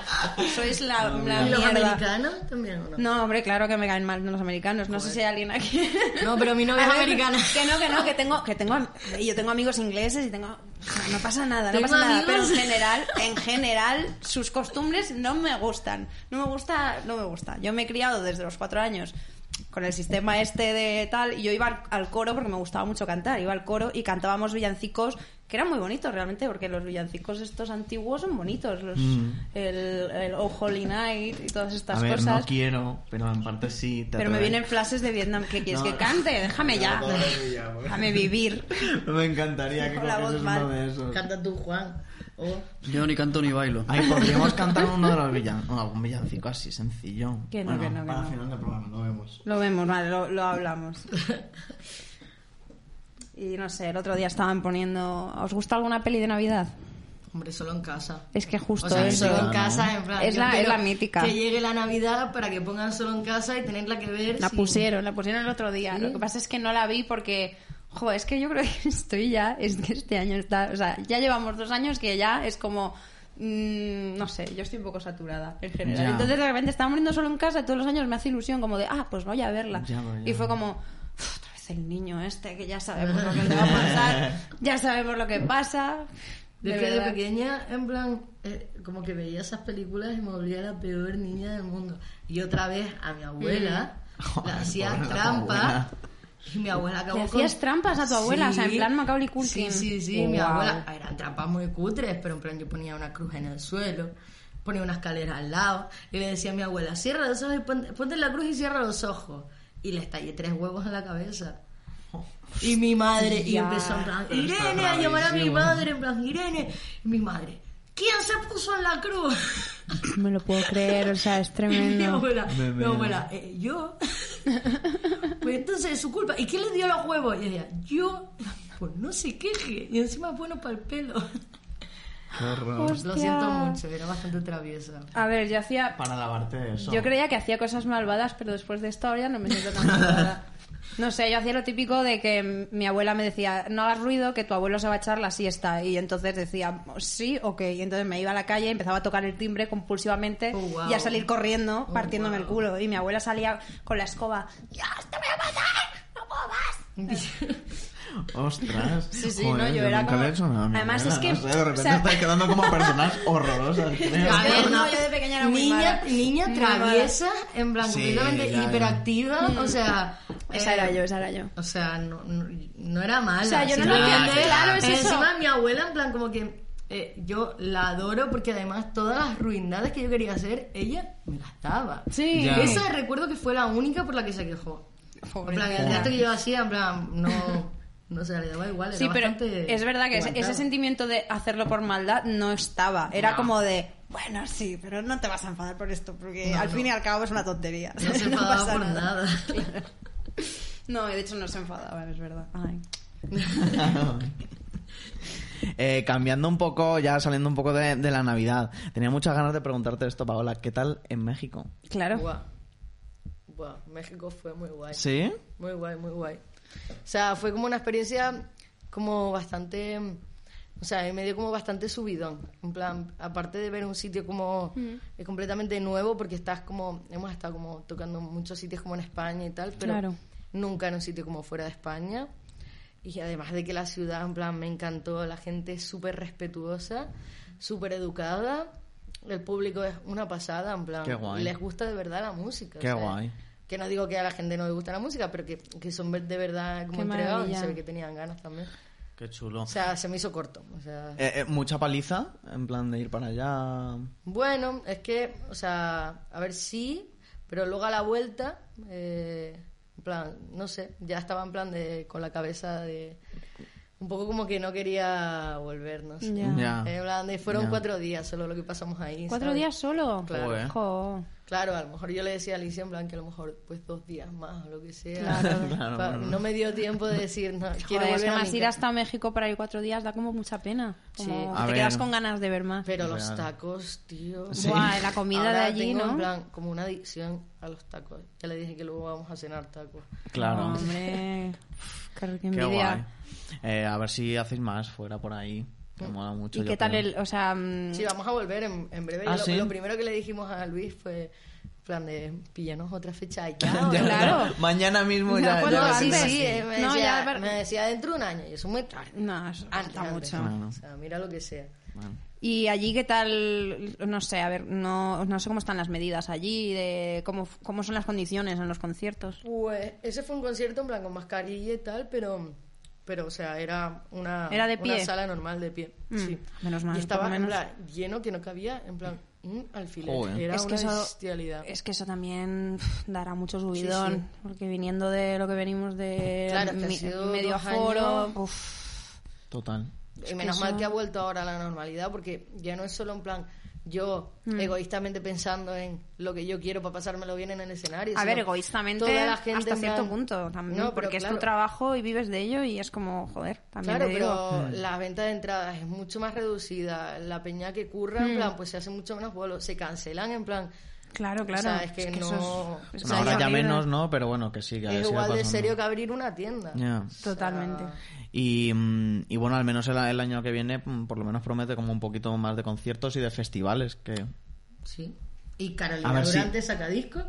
Speaker 1: Sois la, la
Speaker 3: ¿Y los
Speaker 1: mierda.
Speaker 3: americanos también o no?
Speaker 1: No, hombre, claro que me caen mal los americanos. No sé si hay alguien aquí.
Speaker 3: No, pero mi novia
Speaker 1: A
Speaker 3: es
Speaker 1: ver,
Speaker 3: americana.
Speaker 1: Que no, que no, que tengo, que tengo, am- yo tengo amigos ingleses y tengo, no pasa nada, no
Speaker 3: Tengo
Speaker 1: pasa nada. Pero en
Speaker 3: amigos.
Speaker 1: general, en general, sus costumbres no me gustan, no me gusta, no me gusta. Yo me he criado desde los cuatro años con el sistema este de tal y yo iba al, al coro porque me gustaba mucho cantar, iba al coro y cantábamos villancicos que eran muy bonitos realmente porque los villancicos estos antiguos son bonitos, los, el, el Oh Holy Night y todas estas
Speaker 2: Mm. A ver,
Speaker 1: cosas.
Speaker 2: no quiero, pero en parte sí. te
Speaker 1: Pero me
Speaker 2: atrae.
Speaker 1: vienen flashes de Vietnam. ¿Qué quieres
Speaker 2: No.
Speaker 1: que cante? Déjame ya.
Speaker 2: No, no, no, no.
Speaker 1: Déjame vivir.
Speaker 2: Me encantaría que
Speaker 1: Con la voz
Speaker 2: cogieses
Speaker 1: mal.
Speaker 2: uno de esos.
Speaker 3: Canta tú, Juan. Oh, O-
Speaker 4: Yo ni canto ni bailo.
Speaker 2: Ay, podríamos cantar uno de los villancicos. algún villancico así, sencillo.
Speaker 1: Que no,
Speaker 2: Bueno,
Speaker 1: que no, que
Speaker 2: para
Speaker 1: no.
Speaker 2: final del programa, lo vemos.
Speaker 1: Lo vemos, vale, lo, lo hablamos. Y no sé, el otro día estaban poniendo. ¿Os gusta alguna peli de Navidad?
Speaker 3: Hombre, solo en casa.
Speaker 1: Es que justo
Speaker 3: O sea,
Speaker 1: eso.
Speaker 3: solo en
Speaker 2: ¿no?
Speaker 3: casa, en plan.
Speaker 1: Es
Speaker 3: yo
Speaker 1: la-
Speaker 3: quiero
Speaker 1: es la mítica.
Speaker 3: Que llegue la Navidad para que pongan solo en casa y tenerla que ver.
Speaker 1: La
Speaker 3: sin-
Speaker 1: pusieron, la pusieron el otro día. Lo que pasa es que no la vi porque. Jo, es que yo creo que estoy ya. Es que este año está. O sea, ya llevamos dos años que ya es como. mm, no sé, yo estoy un poco saturada en general.
Speaker 2: Ya.
Speaker 1: Entonces de repente estaba muriendo solo en casa y todos los años me hace ilusión, como de, ah, pues voy a verla.
Speaker 2: Ya, ya.
Speaker 1: Y fue como. "Uf, otra vez El niño este que ya sabemos lo que le va a pasar, ya sabemos lo que pasa.
Speaker 3: Yo
Speaker 1: De
Speaker 3: es que de
Speaker 1: verdad.
Speaker 3: pequeña, en plan, eh, como que veía esas películas y me volvía la peor niña del mundo. Y otra vez a mi abuela
Speaker 2: Mm.
Speaker 3: la
Speaker 2: Joder,
Speaker 3: hacía
Speaker 2: pobre la
Speaker 3: trampa.
Speaker 2: abuela.
Speaker 3: Y mi abuela acabó
Speaker 1: ¿Le
Speaker 3: con-
Speaker 1: hacías trampas a tu abuela? O sea, en plan Macaulay Culkin. Oh,
Speaker 3: Sí, sí, sí, mi
Speaker 1: Guau.
Speaker 3: abuela. Eran trampas muy cutres, pero en plan yo ponía una cruz en el suelo, ponía una escalera al lado y le decía a mi abuela, cierra los ojos y ponte, ponte la cruz y cierra los ojos. Y le estallé tres huevos en la cabeza. Y mi madre, y
Speaker 1: Ya.
Speaker 3: empezó en plan,
Speaker 2: Pero está
Speaker 3: Irene, a llamar a mi
Speaker 2: gravísimo.
Speaker 3: madre, en plan, Irene. Y mi madre, ¿quién se puso en la cruz?
Speaker 1: No me lo puedo creer, o sea, es
Speaker 3: Mi
Speaker 1: tremendo.
Speaker 3: abuela,
Speaker 2: Me
Speaker 3: mi
Speaker 2: veo.
Speaker 3: abuela, eh, yo. pues entonces es su culpa. ¿Y quién le dio los huevos? Y ella, yo. Pues no se queje. Y encima es bueno para el pelo.
Speaker 1: Hostia.
Speaker 3: Lo siento mucho, era bastante traviesa.
Speaker 1: A ver, yo hacía...
Speaker 2: Para lavarte de eso.
Speaker 1: Yo creía que hacía cosas malvadas, pero después de esto ahora ya no me siento tan malvada. No sé, yo hacía lo típico de que mi abuela me decía, no hagas ruido, que tu abuelo se va a echar la siesta. Y entonces decía, sí, ok. Y entonces me iba a la calle, empezaba a tocar el timbre compulsivamente
Speaker 3: Oh, wow.
Speaker 1: y a salir corriendo,
Speaker 3: Oh,
Speaker 1: partiéndome
Speaker 3: wow.
Speaker 1: el culo. Y mi abuela salía con la escoba, ¡Dios, te voy a matar! ¡No puedo más!
Speaker 2: Ostras.
Speaker 1: Sí, sí,
Speaker 2: Joder,
Speaker 1: no, yo era
Speaker 2: nunca
Speaker 1: como-
Speaker 2: le he hecho nada a mi
Speaker 1: Además,
Speaker 2: abuela,
Speaker 1: es que-
Speaker 2: ¿eh? no sé, de repente
Speaker 1: o sea-
Speaker 2: estáis quedando como personas horrorosas. creo.
Speaker 1: A ver, no, yo de pequeña era muy
Speaker 3: niña,
Speaker 1: mala.
Speaker 3: niña
Speaker 1: Muy
Speaker 3: traviesa, en blanco,
Speaker 4: Sí,
Speaker 3: completamente
Speaker 4: ya, ya.
Speaker 3: hiperactiva. O sea.
Speaker 1: Esa
Speaker 3: eh,
Speaker 1: era yo, esa era yo.
Speaker 3: O sea, no, no, no era mala.
Speaker 1: O sea, yo no
Speaker 4: lo
Speaker 3: simplemente-
Speaker 4: entiendo, claro,
Speaker 1: es eso.
Speaker 3: Encima mi abuela, en plan, como que eh, yo la adoro porque además todas las ruindades que yo quería hacer, ella me las daba.
Speaker 1: Sí.
Speaker 4: Ya.
Speaker 3: Esa recuerdo que fue la única por la que se quejó. En plan, el teatro que yo hacía, en plan, no, no sé, le daba igual. era
Speaker 1: Sí, pero
Speaker 3: bastante
Speaker 1: es verdad que ese, ese
Speaker 3: aguantada.
Speaker 1: sentimiento de hacerlo por maldad no estaba. Era
Speaker 3: No.
Speaker 1: como de, bueno, sí, pero no te vas a enfadar por esto, porque
Speaker 3: No,
Speaker 1: al
Speaker 3: no.
Speaker 1: fin y al cabo es una tontería.
Speaker 3: No se enfadaba
Speaker 1: pasa
Speaker 3: por nada.
Speaker 1: Claro. No, de hecho no se enfadaba, es verdad. Ay.
Speaker 2: Eh, cambiando un poco, ya saliendo un poco de, de la Navidad, tenía muchas ganas de preguntarte esto, Paola. ¿Qué tal en México?
Speaker 1: Claro.
Speaker 3: Guau. Guau, México fue muy guay.
Speaker 2: ¿Sí?
Speaker 3: Muy guay, muy guay. O sea, fue como una experiencia como bastante... O sea, a mí me dio como bastante subidón. En plan, aparte de ver un sitio como eh, completamente nuevo, porque estás como... Hemos estado como tocando muchos sitios como en España y tal, pero
Speaker 1: Claro.
Speaker 3: nunca en un sitio como fuera de España. Y además de que la ciudad, en plan, me encantó. La gente es súper respetuosa, súper educada. El público es una pasada, en plan...
Speaker 2: Qué guay.
Speaker 3: Les gusta de verdad la música. o
Speaker 2: Qué
Speaker 3: sea,
Speaker 2: guay.
Speaker 3: que no digo que a la gente no le gusta la música, pero que, que son de verdad como
Speaker 1: Qué
Speaker 3: entregados y
Speaker 1: maravilla.
Speaker 3: se ve que tenían ganas también.
Speaker 2: Qué chulo.
Speaker 3: O sea, se me hizo corto. O sea,
Speaker 2: Eh. mucha paliza, en plan de ir para allá.
Speaker 3: bueno, es que, o sea, a ver sí, pero luego a la vuelta, eh, en plan, no sé, ya estaba en plan de con la cabeza de un poco como que no quería volver, no sé.
Speaker 1: Ya.
Speaker 2: Ya.
Speaker 3: En plan de- fueron
Speaker 2: Mm. Ya.
Speaker 3: cuatro días solo lo que pasamos ahí.
Speaker 1: ¿Cuatro
Speaker 3: ¿sabes?
Speaker 1: días solo?
Speaker 3: Claro.
Speaker 2: Joder.
Speaker 1: Jo.
Speaker 3: Claro, a lo mejor yo le decía a Alicia en plan que a lo mejor pues dos días más o lo que sea.
Speaker 1: Claro.
Speaker 2: Claro,
Speaker 3: Pa-
Speaker 2: bueno.
Speaker 3: No me dio tiempo de decir, no,
Speaker 1: Joder, es
Speaker 3: quiero volver
Speaker 1: que
Speaker 3: a
Speaker 1: más
Speaker 3: mi
Speaker 1: ir
Speaker 3: casa.
Speaker 1: hasta México para ir cuatro días da como mucha pena. Como
Speaker 3: Sí.
Speaker 1: que
Speaker 2: A
Speaker 1: te
Speaker 2: ver.
Speaker 1: quedas con ganas de ver más.
Speaker 3: Pero los
Speaker 2: Real.
Speaker 3: tacos, tío.
Speaker 2: Sí.
Speaker 1: Buah, la comida
Speaker 3: Ahora
Speaker 1: de allí,
Speaker 3: tengo
Speaker 1: ¿no?
Speaker 3: en plan como una adicción a los tacos. Ya le dije que luego vamos a cenar tacos.
Speaker 2: Claro.
Speaker 1: Hombre, qué, qué
Speaker 2: Qué
Speaker 1: envidia.
Speaker 2: guay. Eh, a ver si hacéis más fuera por ahí. Me mola mucho.
Speaker 1: ¿Y
Speaker 2: yo
Speaker 1: qué tal
Speaker 2: creo.
Speaker 1: el, o sea, mm,
Speaker 3: Sí, vamos a volver en, en breve.
Speaker 2: Ah,
Speaker 3: lo,
Speaker 2: ¿sí?
Speaker 3: lo primero que le dijimos a Luis fue en plan de pillanos otra fecha allá.
Speaker 2: Ya,
Speaker 1: Ah, Claro.
Speaker 2: Mañana mismo
Speaker 1: Me
Speaker 2: ya.
Speaker 1: acuerdo
Speaker 2: ya
Speaker 3: No,
Speaker 2: lo
Speaker 3: sí,
Speaker 2: sé.
Speaker 1: antes.
Speaker 3: sí, eh, me,
Speaker 1: No,
Speaker 3: decía,
Speaker 1: ya, pero-
Speaker 3: me decía dentro de un año y eso es muy tarde.
Speaker 1: No, eso
Speaker 3: Antes,
Speaker 1: falta
Speaker 3: antes.
Speaker 1: mucho.
Speaker 3: O sea, mira lo que sea.
Speaker 2: Bueno.
Speaker 1: Y allí, ¿qué tal? No sé, a ver, no, no sé cómo están las medidas allí, de cómo, cómo son las condiciones en los conciertos.
Speaker 3: Pues ese fue un concierto en plan con mascarilla y tal, pero, pero o sea, era una,
Speaker 1: Era de pie.
Speaker 3: una sala normal de pie.
Speaker 1: Mm,
Speaker 3: sí.
Speaker 1: menos mal,
Speaker 3: Y estaba
Speaker 1: por lo
Speaker 3: en
Speaker 1: menos.
Speaker 3: plan lleno que no cabía, en plan un alfiler.
Speaker 2: Joder.
Speaker 3: Era
Speaker 1: es, que
Speaker 3: una
Speaker 1: eso,
Speaker 3: bestialidad.
Speaker 1: es que eso también pf, dará mucho subidón,
Speaker 3: sí.
Speaker 1: porque viniendo de lo que venimos de
Speaker 3: Claro, es que ha
Speaker 1: mi-
Speaker 3: sido
Speaker 1: medio
Speaker 3: dos
Speaker 1: aforo,
Speaker 3: años.
Speaker 1: uf,
Speaker 2: Total.
Speaker 3: Y menos
Speaker 1: eso-
Speaker 3: mal que ha vuelto ahora a la normalidad, porque ya no es solo en plan yo
Speaker 1: Mm.
Speaker 3: egoístamente pensando en lo que yo quiero para pasármelo bien en el escenario.
Speaker 1: A
Speaker 3: sino
Speaker 1: ver, egoístamente
Speaker 3: toda la gente
Speaker 1: hasta
Speaker 3: en
Speaker 1: cierto
Speaker 3: plan-
Speaker 1: punto también,
Speaker 3: No, pero
Speaker 1: porque es tu
Speaker 3: claro.
Speaker 1: trabajo y vives de ello y es como, joder, también
Speaker 3: Claro,
Speaker 1: le digo,
Speaker 3: pero la venta de entradas es mucho más reducida. La peña que curra, en plan, pues se hace mucho menos bolos. Se cancelan, en plan.
Speaker 1: Claro, claro.
Speaker 3: o sea, es que no-
Speaker 1: eso es-
Speaker 2: No,
Speaker 3: O sea,
Speaker 2: ahora
Speaker 3: ya
Speaker 2: ya
Speaker 1: horrible.
Speaker 2: menos, ¿no? Pero bueno, que sí, que a ver
Speaker 3: es
Speaker 2: si va
Speaker 3: igual de
Speaker 2: pasando.
Speaker 3: serio que abrir una tienda.
Speaker 2: Ya.
Speaker 1: Totalmente.
Speaker 2: Y, mm, y bueno, al menos el, el año que viene, mm, por lo menos promete como un poquito más de conciertos y de festivales. que
Speaker 3: Sí. Y Carolina
Speaker 2: A ver, sí.
Speaker 3: Durante saca disco.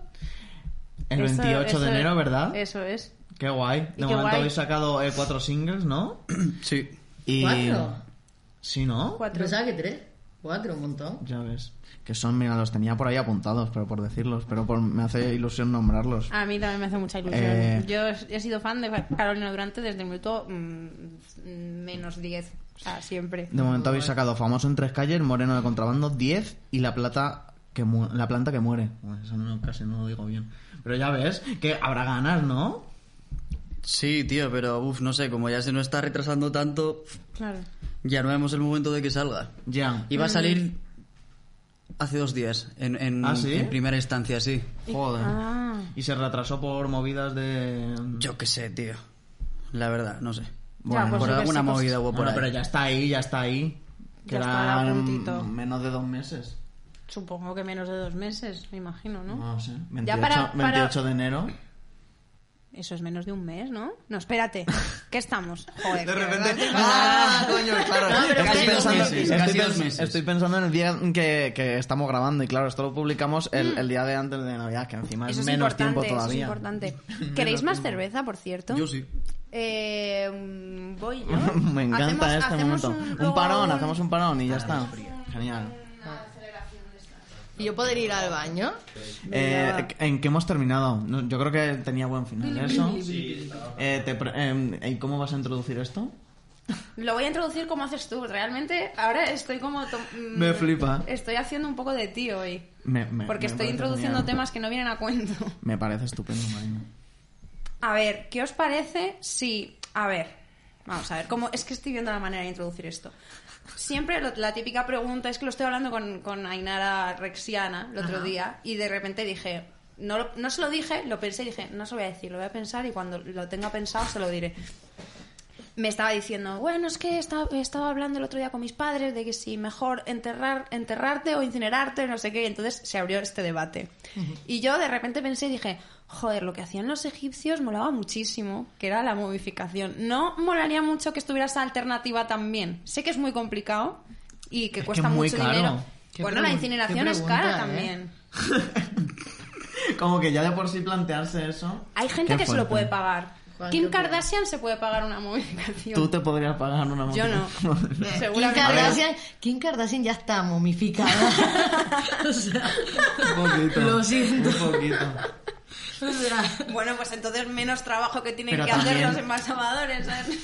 Speaker 2: El
Speaker 1: Eso-
Speaker 2: 28 de
Speaker 1: eso-
Speaker 2: enero, ¿verdad?
Speaker 1: Eso es.
Speaker 2: Qué guay. De
Speaker 1: qué
Speaker 2: momento
Speaker 1: guay.
Speaker 2: habéis sacado eh, cuatro singles, ¿no?
Speaker 4: Sí.
Speaker 2: Y...
Speaker 3: ¿Cuatro?
Speaker 2: Sí, ¿no?
Speaker 1: Cuatro.
Speaker 3: Pues Pensaba que tres. Cuatro, un montón.
Speaker 2: Ya ves. Que son, mira, los tenía por ahí apuntados, pero por decirlos, pero por- me hace ilusión nombrarlos.
Speaker 1: A mí también me hace mucha ilusión.
Speaker 2: Eh.
Speaker 1: Yo he he sido fan de Carolina Durante desde el minuto mm, menos 10. O sea, siempre.
Speaker 2: De momento habéis sacado Famoso en tres calles, Moreno de contrabando, 10 y La plata que mu- la planta que muere. Bueno, eso no, casi no lo digo bien. Pero ya ves que habrá ganas, ¿no?
Speaker 4: Sí, tío, pero uff, no sé, como ya se nos está retrasando tanto,
Speaker 1: Claro.
Speaker 4: ya no vemos el momento de que salga.
Speaker 2: Ya.
Speaker 4: Iba a
Speaker 1: Mm.
Speaker 4: salir hace dos días, en, en-
Speaker 2: ¿Ah, sí?
Speaker 4: en primera instancia, sí.
Speaker 2: Joder.
Speaker 1: Ah.
Speaker 2: Y se retrasó por movidas de...
Speaker 4: Yo qué sé, tío. La verdad, no sé.
Speaker 1: Ya, pues
Speaker 4: por
Speaker 1: yo que
Speaker 4: alguna
Speaker 1: sé, cosas-
Speaker 4: movida hubo por
Speaker 2: Bueno,
Speaker 4: ahí.
Speaker 2: pero ya está ahí, ya está ahí. Que
Speaker 1: Ya está,
Speaker 2: era
Speaker 1: a puntito.
Speaker 2: menos de dos meses.
Speaker 1: Supongo que menos de dos meses, me imagino, ¿no?
Speaker 2: No sé. 28,
Speaker 1: Ya para- para-
Speaker 2: 28 de enero.
Speaker 1: Eso es menos de un mes, ¿no? No, espérate. ¿Qué estamos?
Speaker 2: De
Speaker 1: Joder. qué
Speaker 2: repente.
Speaker 1: verdad.
Speaker 2: ¡Ah, coño! Claro.
Speaker 3: No, pero
Speaker 2: estoy,
Speaker 3: casi dos
Speaker 2: pensando,
Speaker 3: meses,
Speaker 2: estoy
Speaker 4: casi
Speaker 2: pens-
Speaker 4: dos meses.
Speaker 2: estoy pensando en el día que, que estamos grabando. Y claro, esto lo publicamos el, el día de antes de Navidad, que encima
Speaker 1: Mm. Eso
Speaker 2: es
Speaker 1: es
Speaker 2: Ah, menos tiempo
Speaker 1: importante, eso es
Speaker 2: todavía.
Speaker 1: importante. ¿Queréis más cerveza, por cierto?
Speaker 4: Yo sí.
Speaker 1: Eh, mm, voy yo.
Speaker 2: Me encanta
Speaker 1: Hacemos-
Speaker 2: este
Speaker 1: hacemos
Speaker 2: momento. Un,
Speaker 1: luego
Speaker 2: parón,
Speaker 1: un-
Speaker 2: hacemos un parón y ya está. Genial.
Speaker 3: ¿Y yo poder ir al baño?
Speaker 2: Eh, ¿En qué hemos terminado? No, Yo creo que tenía buen final eso. Eh, te pre- em, ¿Y cómo vas a introducir esto?
Speaker 1: Lo voy a introducir como haces tú. Realmente ahora estoy como... to- mm,
Speaker 2: Me flipa.
Speaker 1: Estoy haciendo un poco de tío hoy.
Speaker 2: Me- me-
Speaker 1: Porque
Speaker 2: me
Speaker 1: estoy
Speaker 2: parece
Speaker 1: introduciendo
Speaker 2: genial.
Speaker 1: temas que no vienen a cuento.
Speaker 2: Me parece estupendo, Marina.
Speaker 1: A ver, ¿qué os parece si... A ver, vamos a ver, cómo es que estoy viendo la manera de introducir esto. Siempre lo- la típica pregunta es que lo estoy hablando con, con Ainara Rexiana el otro día y de repente dije, no, lo- no se lo dije, lo pensé y dije, no se lo voy a decir, lo voy a pensar y cuando lo tenga pensado se lo diré me estaba diciendo, bueno, es que estaba, estaba hablando el otro día con mis padres de que si mejor enterrar, enterrarte o incinerarte, no sé qué, y entonces se abrió este debate. Y yo de repente pensé y dije, joder, lo que hacían los egipcios molaba muchísimo, que era la momificación. No molaría mucho que estuviera esa alternativa también. Sé que es muy complicado y que
Speaker 2: Es que
Speaker 1: cuesta
Speaker 2: es muy
Speaker 1: mucho
Speaker 2: caro.
Speaker 1: dinero.
Speaker 3: Qué
Speaker 1: Bueno, la
Speaker 3: pregun-
Speaker 1: incineración
Speaker 3: qué
Speaker 1: es cara
Speaker 3: pregunta, ¿eh?
Speaker 1: también.
Speaker 2: Como que ya de por sí plantearse eso.
Speaker 1: Hay gente
Speaker 2: Qué
Speaker 1: que se lo
Speaker 2: fuerte.
Speaker 1: puede pagar.
Speaker 3: Juan,
Speaker 1: Kim
Speaker 3: qué fuerte.
Speaker 1: Kardashian se puede pagar una momificación.
Speaker 2: Tú te podrías pagar una moto.
Speaker 1: Yo no.
Speaker 3: Kim
Speaker 1: Seguramente.
Speaker 3: Kardashian, Kim Kardashian ya está momificada. o sea,
Speaker 1: Eh,
Speaker 2: un poquito.
Speaker 3: Lo siento.
Speaker 2: Un poquito.
Speaker 3: o sea,
Speaker 1: Bueno, pues entonces menos trabajo que tienen
Speaker 2: Pero
Speaker 1: que
Speaker 2: también-
Speaker 1: hacer los ¿eh? embalsamadores. ¿sabes?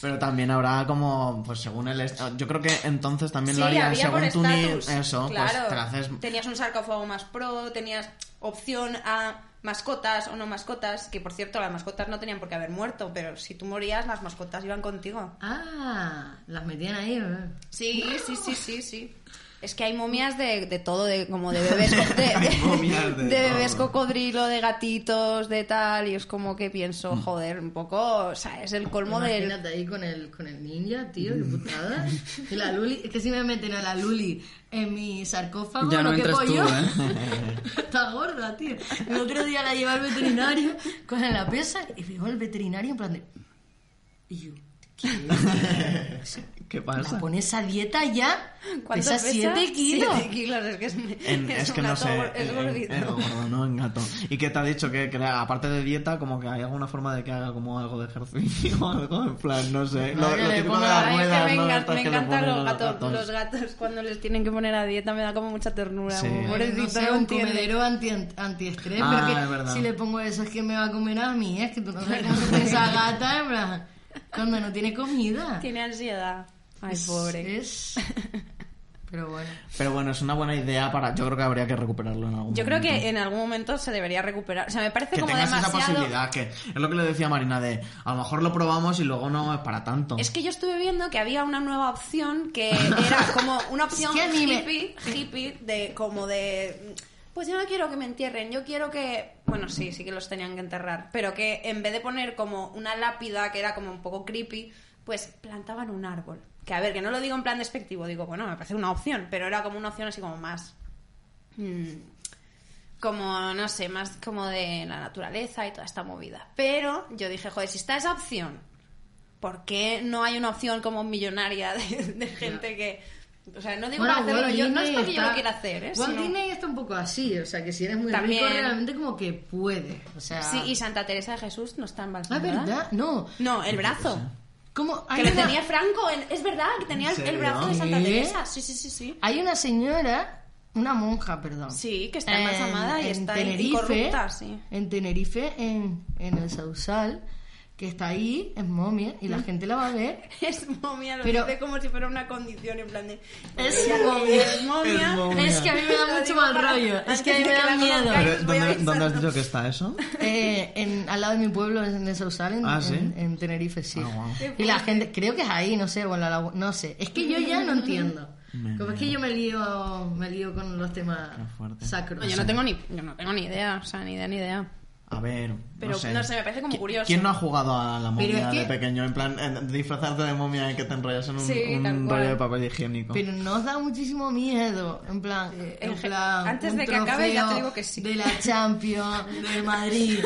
Speaker 2: Pero también habrá como, pues según el... est- Yo creo que entonces también
Speaker 1: Sí,
Speaker 2: lo harían
Speaker 1: había por
Speaker 2: según tu ni-
Speaker 1: estatus.
Speaker 2: Eso, pues
Speaker 1: Claro.
Speaker 2: te la haces...
Speaker 1: Tenías un sarcófago más pro, tenías opción a mascotas o no mascotas, que por cierto las mascotas no tenían por qué haber muerto, pero si tú morías las mascotas iban contigo.
Speaker 3: ah, las metían ahí. ¿verdad?
Speaker 1: Sí, sí, sí, sí, sí. Es que hay momias de, de todo, de como de bebés, co- de,
Speaker 2: Hay momias de
Speaker 1: de bebés
Speaker 2: todo.
Speaker 1: cocodrilo, de gatitos, de tal, y es como que
Speaker 2: Mm.
Speaker 1: pienso, joder, un poco, o sea, es el colmo del...
Speaker 3: Imagínate ahí con el, con el ninja, tío, qué putada. Y la Luli, es que si me meten a la Luli en mi sarcófago,
Speaker 4: Ya no
Speaker 3: que
Speaker 4: entras tú, ¿eh?
Speaker 3: Está gorda, tío. El otro día la llevé al veterinario, cogen la pesa y veo al veterinario en plan de. Y yo,
Speaker 2: ¿Qué
Speaker 3: ¿la
Speaker 2: pasa?
Speaker 3: pones a dieta ya?
Speaker 1: ¿Cuánto
Speaker 3: Pesa
Speaker 1: pesa?
Speaker 3: 7 kilos.
Speaker 1: Siete kilos, es que es,
Speaker 2: En-
Speaker 1: es
Speaker 2: es que
Speaker 1: un
Speaker 2: no
Speaker 1: gato
Speaker 2: sé.
Speaker 1: gor- es
Speaker 2: en-
Speaker 1: gordito.
Speaker 2: en- en gordo, no en gato. ¿Y qué te ha dicho? Que, que aparte de dieta, como que hay alguna forma de que haga como algo de ejercicio o algo. En plan, no sé. Lo,
Speaker 3: No, que
Speaker 2: lo
Speaker 3: le
Speaker 2: típico
Speaker 3: ponga-
Speaker 2: de
Speaker 1: Ay,
Speaker 2: las
Speaker 1: que
Speaker 2: ruedas,
Speaker 1: me,
Speaker 2: ¿no?
Speaker 1: encan-
Speaker 2: Estas
Speaker 1: me
Speaker 2: que le
Speaker 1: encantan
Speaker 2: ponen a
Speaker 1: los gatos, los
Speaker 2: gatos.
Speaker 1: gatos cuando les tienen que poner a dieta me da como mucha ternura
Speaker 2: Sí.
Speaker 1: como pobrecito,
Speaker 3: no sé,
Speaker 1: no
Speaker 3: un
Speaker 1: entiende.
Speaker 3: comedero anti, antiestrés,
Speaker 2: Ah,
Speaker 3: pero
Speaker 2: es
Speaker 3: que
Speaker 2: verdad.
Speaker 3: si le pongo eso es que me va a comer a mí, es que tú no sabes cómo se pone esa gata, en plan, cuando no tiene comida.
Speaker 1: tiene ansiedad ay
Speaker 3: Es-
Speaker 1: pobre
Speaker 3: Es... Pero bueno.
Speaker 2: Pero bueno, es una buena idea para. Yo creo que habría que recuperarlo en algún
Speaker 1: yo creo
Speaker 2: momento.
Speaker 1: que en algún momento se debería recuperar o sea me parece
Speaker 2: que
Speaker 1: como
Speaker 2: tengas
Speaker 1: demasiado
Speaker 2: esa posibilidad, que es lo que le decía Marina de a lo mejor lo probamos y luego no es para tanto.
Speaker 1: Es que yo estuve viendo que había una nueva opción que era como una opción
Speaker 3: Es que a mí me-
Speaker 1: hippie, hippie, de como de. Pues yo no quiero que me entierren, yo quiero que. Bueno, sí, sí que los tenían que enterrar, pero que en vez de poner como una lápida que era como un poco creepy, pues plantaban un árbol. Que a ver, que no lo digo en plan despectivo, digo, bueno, me parece una opción, pero era como una opción así como más. mm, como, no sé, más como de la naturaleza y toda esta movida. Pero yo dije, joder, si está esa opción, ¿por qué no hay una opción como millonaria de, de gente que... O sea, no digo
Speaker 3: Bueno,
Speaker 1: para hacerlo,
Speaker 3: Walt
Speaker 1: yo, no es
Speaker 3: Disney
Speaker 1: porque yo
Speaker 3: está-
Speaker 1: lo quiera hacer, ¿eh?
Speaker 3: Walt
Speaker 1: sino-
Speaker 3: Disney está un poco así, o sea, que si eres muy
Speaker 1: También.
Speaker 3: rico, realmente como que puede. O sea...
Speaker 1: Sí, y Santa Teresa de Jesús no está en
Speaker 3: Ah,
Speaker 1: Barcelona.
Speaker 3: ¿verdad? No.
Speaker 1: No, el brazo.
Speaker 3: ¿Cómo?
Speaker 1: Que
Speaker 3: Hay
Speaker 1: lo
Speaker 3: una-
Speaker 1: tenía Franco, en- es verdad, que tenía el- el
Speaker 2: serio?
Speaker 1: brazo de Santa
Speaker 3: ¿Qué?
Speaker 1: Teresa. Sí, sí, sí, sí.
Speaker 3: Hay una señora, una monja, perdón.
Speaker 1: Sí, que está embalsamada y está ahí, y
Speaker 3: Tenerife,
Speaker 1: corrupta, sí.
Speaker 3: En Tenerife, en, en el Sausal, que está ahí, es momia, y la
Speaker 1: Mm.
Speaker 3: gente la va a ver.
Speaker 1: Es momia, lo
Speaker 3: Pero-
Speaker 1: dice como si fuera una condición, en plan de...
Speaker 3: Es
Speaker 1: ya,
Speaker 3: momia.
Speaker 1: Es momia.
Speaker 2: Es momia.
Speaker 3: Es que a mí me da
Speaker 1: Lo
Speaker 3: mucho
Speaker 1: digo
Speaker 3: mal
Speaker 1: para-
Speaker 3: rollo, es que a mí
Speaker 1: antes de
Speaker 3: me
Speaker 1: que
Speaker 3: da
Speaker 1: la
Speaker 3: miedo.
Speaker 1: conozcáis,
Speaker 2: Pero,
Speaker 1: os voy
Speaker 2: ¿dónde, dónde has
Speaker 1: avisando.
Speaker 2: dicho que está eso?
Speaker 3: Eh, en, al lado de mi pueblo, en el Sausal, en,
Speaker 2: Ah, ¿sí?
Speaker 3: en- en Tenerife, sí.
Speaker 2: Ah, guau.
Speaker 3: Y la gente, creo que es ahí, no sé, bueno, no sé. Es que yo ya no entiendo.
Speaker 2: Me
Speaker 3: Como es que yo me lío, me lío con los temas
Speaker 2: Qué fuerte.
Speaker 3: sacros.
Speaker 1: No, yo no tengo ni, yo no tengo ni idea, o sea, ni idea, ni idea.
Speaker 2: A ver,
Speaker 1: Pero,
Speaker 2: no sé.
Speaker 1: no sé, me parece como
Speaker 2: ¿Qui-
Speaker 1: curioso.
Speaker 2: ¿Quién no ha jugado a la
Speaker 3: Pero
Speaker 2: momia
Speaker 3: es que-
Speaker 2: de pequeño? En plan, en- disfrazarte de momia y que te enrollas en un,
Speaker 1: Sí,
Speaker 2: un
Speaker 1: tal cual.
Speaker 2: rollo de papel higiénico.
Speaker 3: Pero nos da muchísimo miedo, en plan, en
Speaker 1: en ge-
Speaker 3: plan,
Speaker 1: antes
Speaker 3: un
Speaker 1: de que acabe ya te
Speaker 3: trofeo
Speaker 1: digo que sí.
Speaker 3: De la Champions, de Madrid,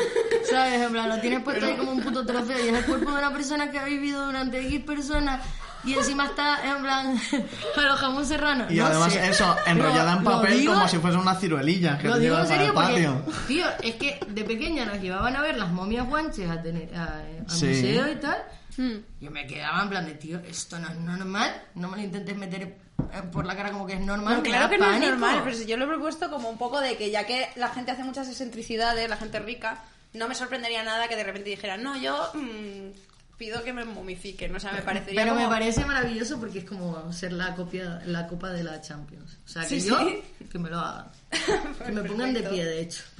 Speaker 3: ¿sabes? En plan, lo tienes puesto ahí como un puto trofeo y es el cuerpo de una persona que ha vivido durante X personas y encima está, en plan, con los jamón serrano.
Speaker 2: y
Speaker 3: No
Speaker 2: además
Speaker 3: sé.
Speaker 2: eso, enrollada en
Speaker 3: Lo- lo
Speaker 2: papel
Speaker 3: digo-
Speaker 2: como si fuese una ciruelilla que
Speaker 3: Lo
Speaker 2: te
Speaker 3: digo en
Speaker 2: llevas para
Speaker 3: serio
Speaker 2: el
Speaker 3: porque,
Speaker 2: patio.
Speaker 3: tío, es que de pequeña nos llevaban a ver las momias guanches a tener, a- eh, al
Speaker 2: Sí.
Speaker 3: museo y tal.
Speaker 1: Hmm.
Speaker 3: Yo me quedaba en plan de, tío, esto no es normal, no me lo intentes meter eh, por la cara como que es normal.
Speaker 1: No,
Speaker 3: me
Speaker 1: claro
Speaker 3: da
Speaker 1: que no es
Speaker 3: pánico.
Speaker 1: normal, pero si yo lo he propuesto como un poco de que ya que la gente hace muchas excentricidades, la gente rica, no me sorprendería nada que de repente dijera, no, yo mm, pido que me momifiquen, o sea, me parecería
Speaker 3: Pero me
Speaker 1: como-
Speaker 3: parece maravilloso porque es como ser la copia, la copa de la Champions. O sea, que
Speaker 1: Sí,
Speaker 3: yo,
Speaker 1: sí.
Speaker 3: que me lo hagan. que me pongan de
Speaker 1: Perfecto.
Speaker 3: pie, de hecho.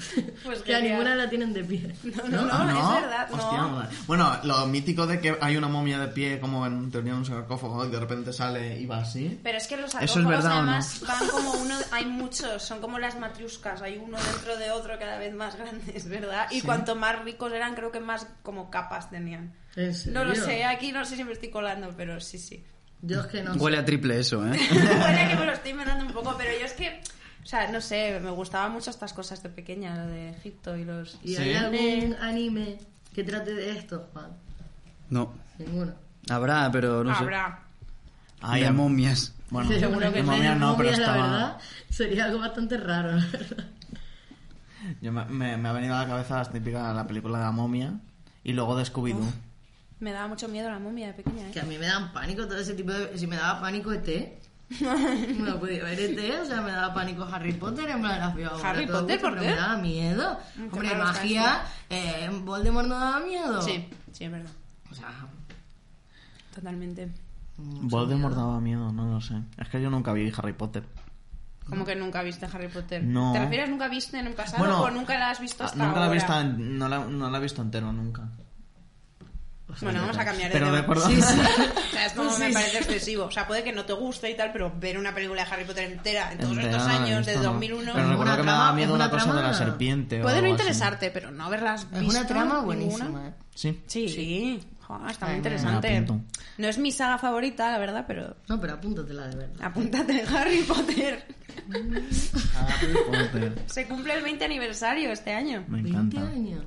Speaker 1: Pues
Speaker 3: que a
Speaker 1: genial.
Speaker 3: ninguna la tienen de pie.
Speaker 1: No, no,
Speaker 2: Ah,
Speaker 1: es verdad,
Speaker 2: Hostia,
Speaker 1: no.
Speaker 2: madre. Bueno, lo mítico de que hay una momia de pie como en teoría en un sarcófago y de repente sale y va así.
Speaker 1: Pero es que los
Speaker 2: ¿Eso es
Speaker 1: sarcófagos
Speaker 2: verdad o no?
Speaker 1: además van como uno, hay muchos, son como las matriuscas, hay uno dentro de otro cada vez más grandes, ¿verdad? Y cuanto más ricos eran, creo que más como capas tenían.
Speaker 3: ¿En
Speaker 1: No lo
Speaker 3: serio?
Speaker 1: sé, aquí no sé si me estoy colando, pero sí, sí.
Speaker 3: Yo es que no
Speaker 4: Huele a triple eso, ¿eh?
Speaker 1: Puede que me lo estoy inventando un poco, pero yo es que, o sea, no sé, me gustaban mucho estas cosas de pequeña, lo de Egipto y los...
Speaker 3: ¿Y
Speaker 2: Sí.
Speaker 3: hay
Speaker 1: Eh.
Speaker 3: algún anime que trate de esto, Juan?
Speaker 4: No.
Speaker 3: Ninguno.
Speaker 4: Habrá, pero no sé.
Speaker 1: Habrá.
Speaker 2: Ay,
Speaker 4: de
Speaker 2: am-
Speaker 4: momias.
Speaker 2: Bueno,
Speaker 3: Pero
Speaker 2: de
Speaker 3: una que
Speaker 2: momia
Speaker 3: me-
Speaker 2: no, pero
Speaker 3: momias, la
Speaker 2: estaba...
Speaker 3: verdad, sería algo bastante raro, la verdad.
Speaker 2: Yo me, me- me ha venido a la cabeza las típicas, la película de la momia y luego de Scooby-Doo.
Speaker 1: Me daba mucho miedo la momia de pequeña, ¿eh?
Speaker 3: Que a mí me dan pánico todo ese tipo de... Si me daba pánico ET... No podía ver ET, o sea, me daba pánico Harry Potter, en plan, las veo ahora
Speaker 1: ¿Harry
Speaker 3: todo
Speaker 1: Potter,
Speaker 3: gusto,
Speaker 1: por
Speaker 3: pero
Speaker 1: qué?
Speaker 3: Me daba miedo.
Speaker 1: Mm, qué
Speaker 3: Hombre,
Speaker 1: raro está
Speaker 3: magia, eh, Voldemort no daba miedo.
Speaker 1: Sí, sí, es verdad.
Speaker 3: O sea,
Speaker 1: Totalmente.
Speaker 3: mucho
Speaker 2: Voldemort
Speaker 3: miedo.
Speaker 2: daba miedo, no lo sé. Es que yo nunca vi Harry Potter.
Speaker 1: Como que nunca viste Harry Potter.
Speaker 2: No.
Speaker 1: ¿Te refieres nunca viste en un pasado o nunca la has visto
Speaker 2: ah,
Speaker 1: hasta
Speaker 2: nunca la he
Speaker 1: ahora?
Speaker 2: visto, en- no, la, no la he visto entero, nunca.
Speaker 1: Bueno, vamos a cambiar de
Speaker 2: Pero
Speaker 1: tema.
Speaker 2: recuerdo...
Speaker 1: O sea, es como
Speaker 3: Sí,
Speaker 1: me
Speaker 3: sí.
Speaker 1: parece excesivo. O sea, puede que no te guste y tal, pero ver una película de Harry Potter entera en todos
Speaker 2: Entera
Speaker 1: estos
Speaker 2: no la he
Speaker 1: años,
Speaker 2: visto,
Speaker 1: de
Speaker 2: no.
Speaker 1: 2001...
Speaker 2: Pero recuerdo
Speaker 3: Una
Speaker 2: que me daba
Speaker 3: trama-
Speaker 2: miedo
Speaker 3: es
Speaker 2: una
Speaker 3: una
Speaker 2: cosa de la
Speaker 3: trama-
Speaker 2: serpiente. o
Speaker 1: Puede no
Speaker 2: algo así.
Speaker 1: interesarte, pero no haberlas
Speaker 3: Es
Speaker 1: visto
Speaker 3: una trama
Speaker 1: ninguna.
Speaker 3: buenísima. eh.
Speaker 2: Sí.
Speaker 1: Sí, Jo, está muy
Speaker 3: Ay, me la
Speaker 1: interesante.
Speaker 2: apunto.
Speaker 1: No es mi saga favorita, la verdad, pero
Speaker 3: No, pero apúntatela de verdad.
Speaker 2: Ah,
Speaker 1: apúntate Harry Potter.
Speaker 2: Harry Potter.
Speaker 1: Se cumple el 20 aniversario este año.
Speaker 2: Me
Speaker 3: 20
Speaker 2: encanta.
Speaker 3: años.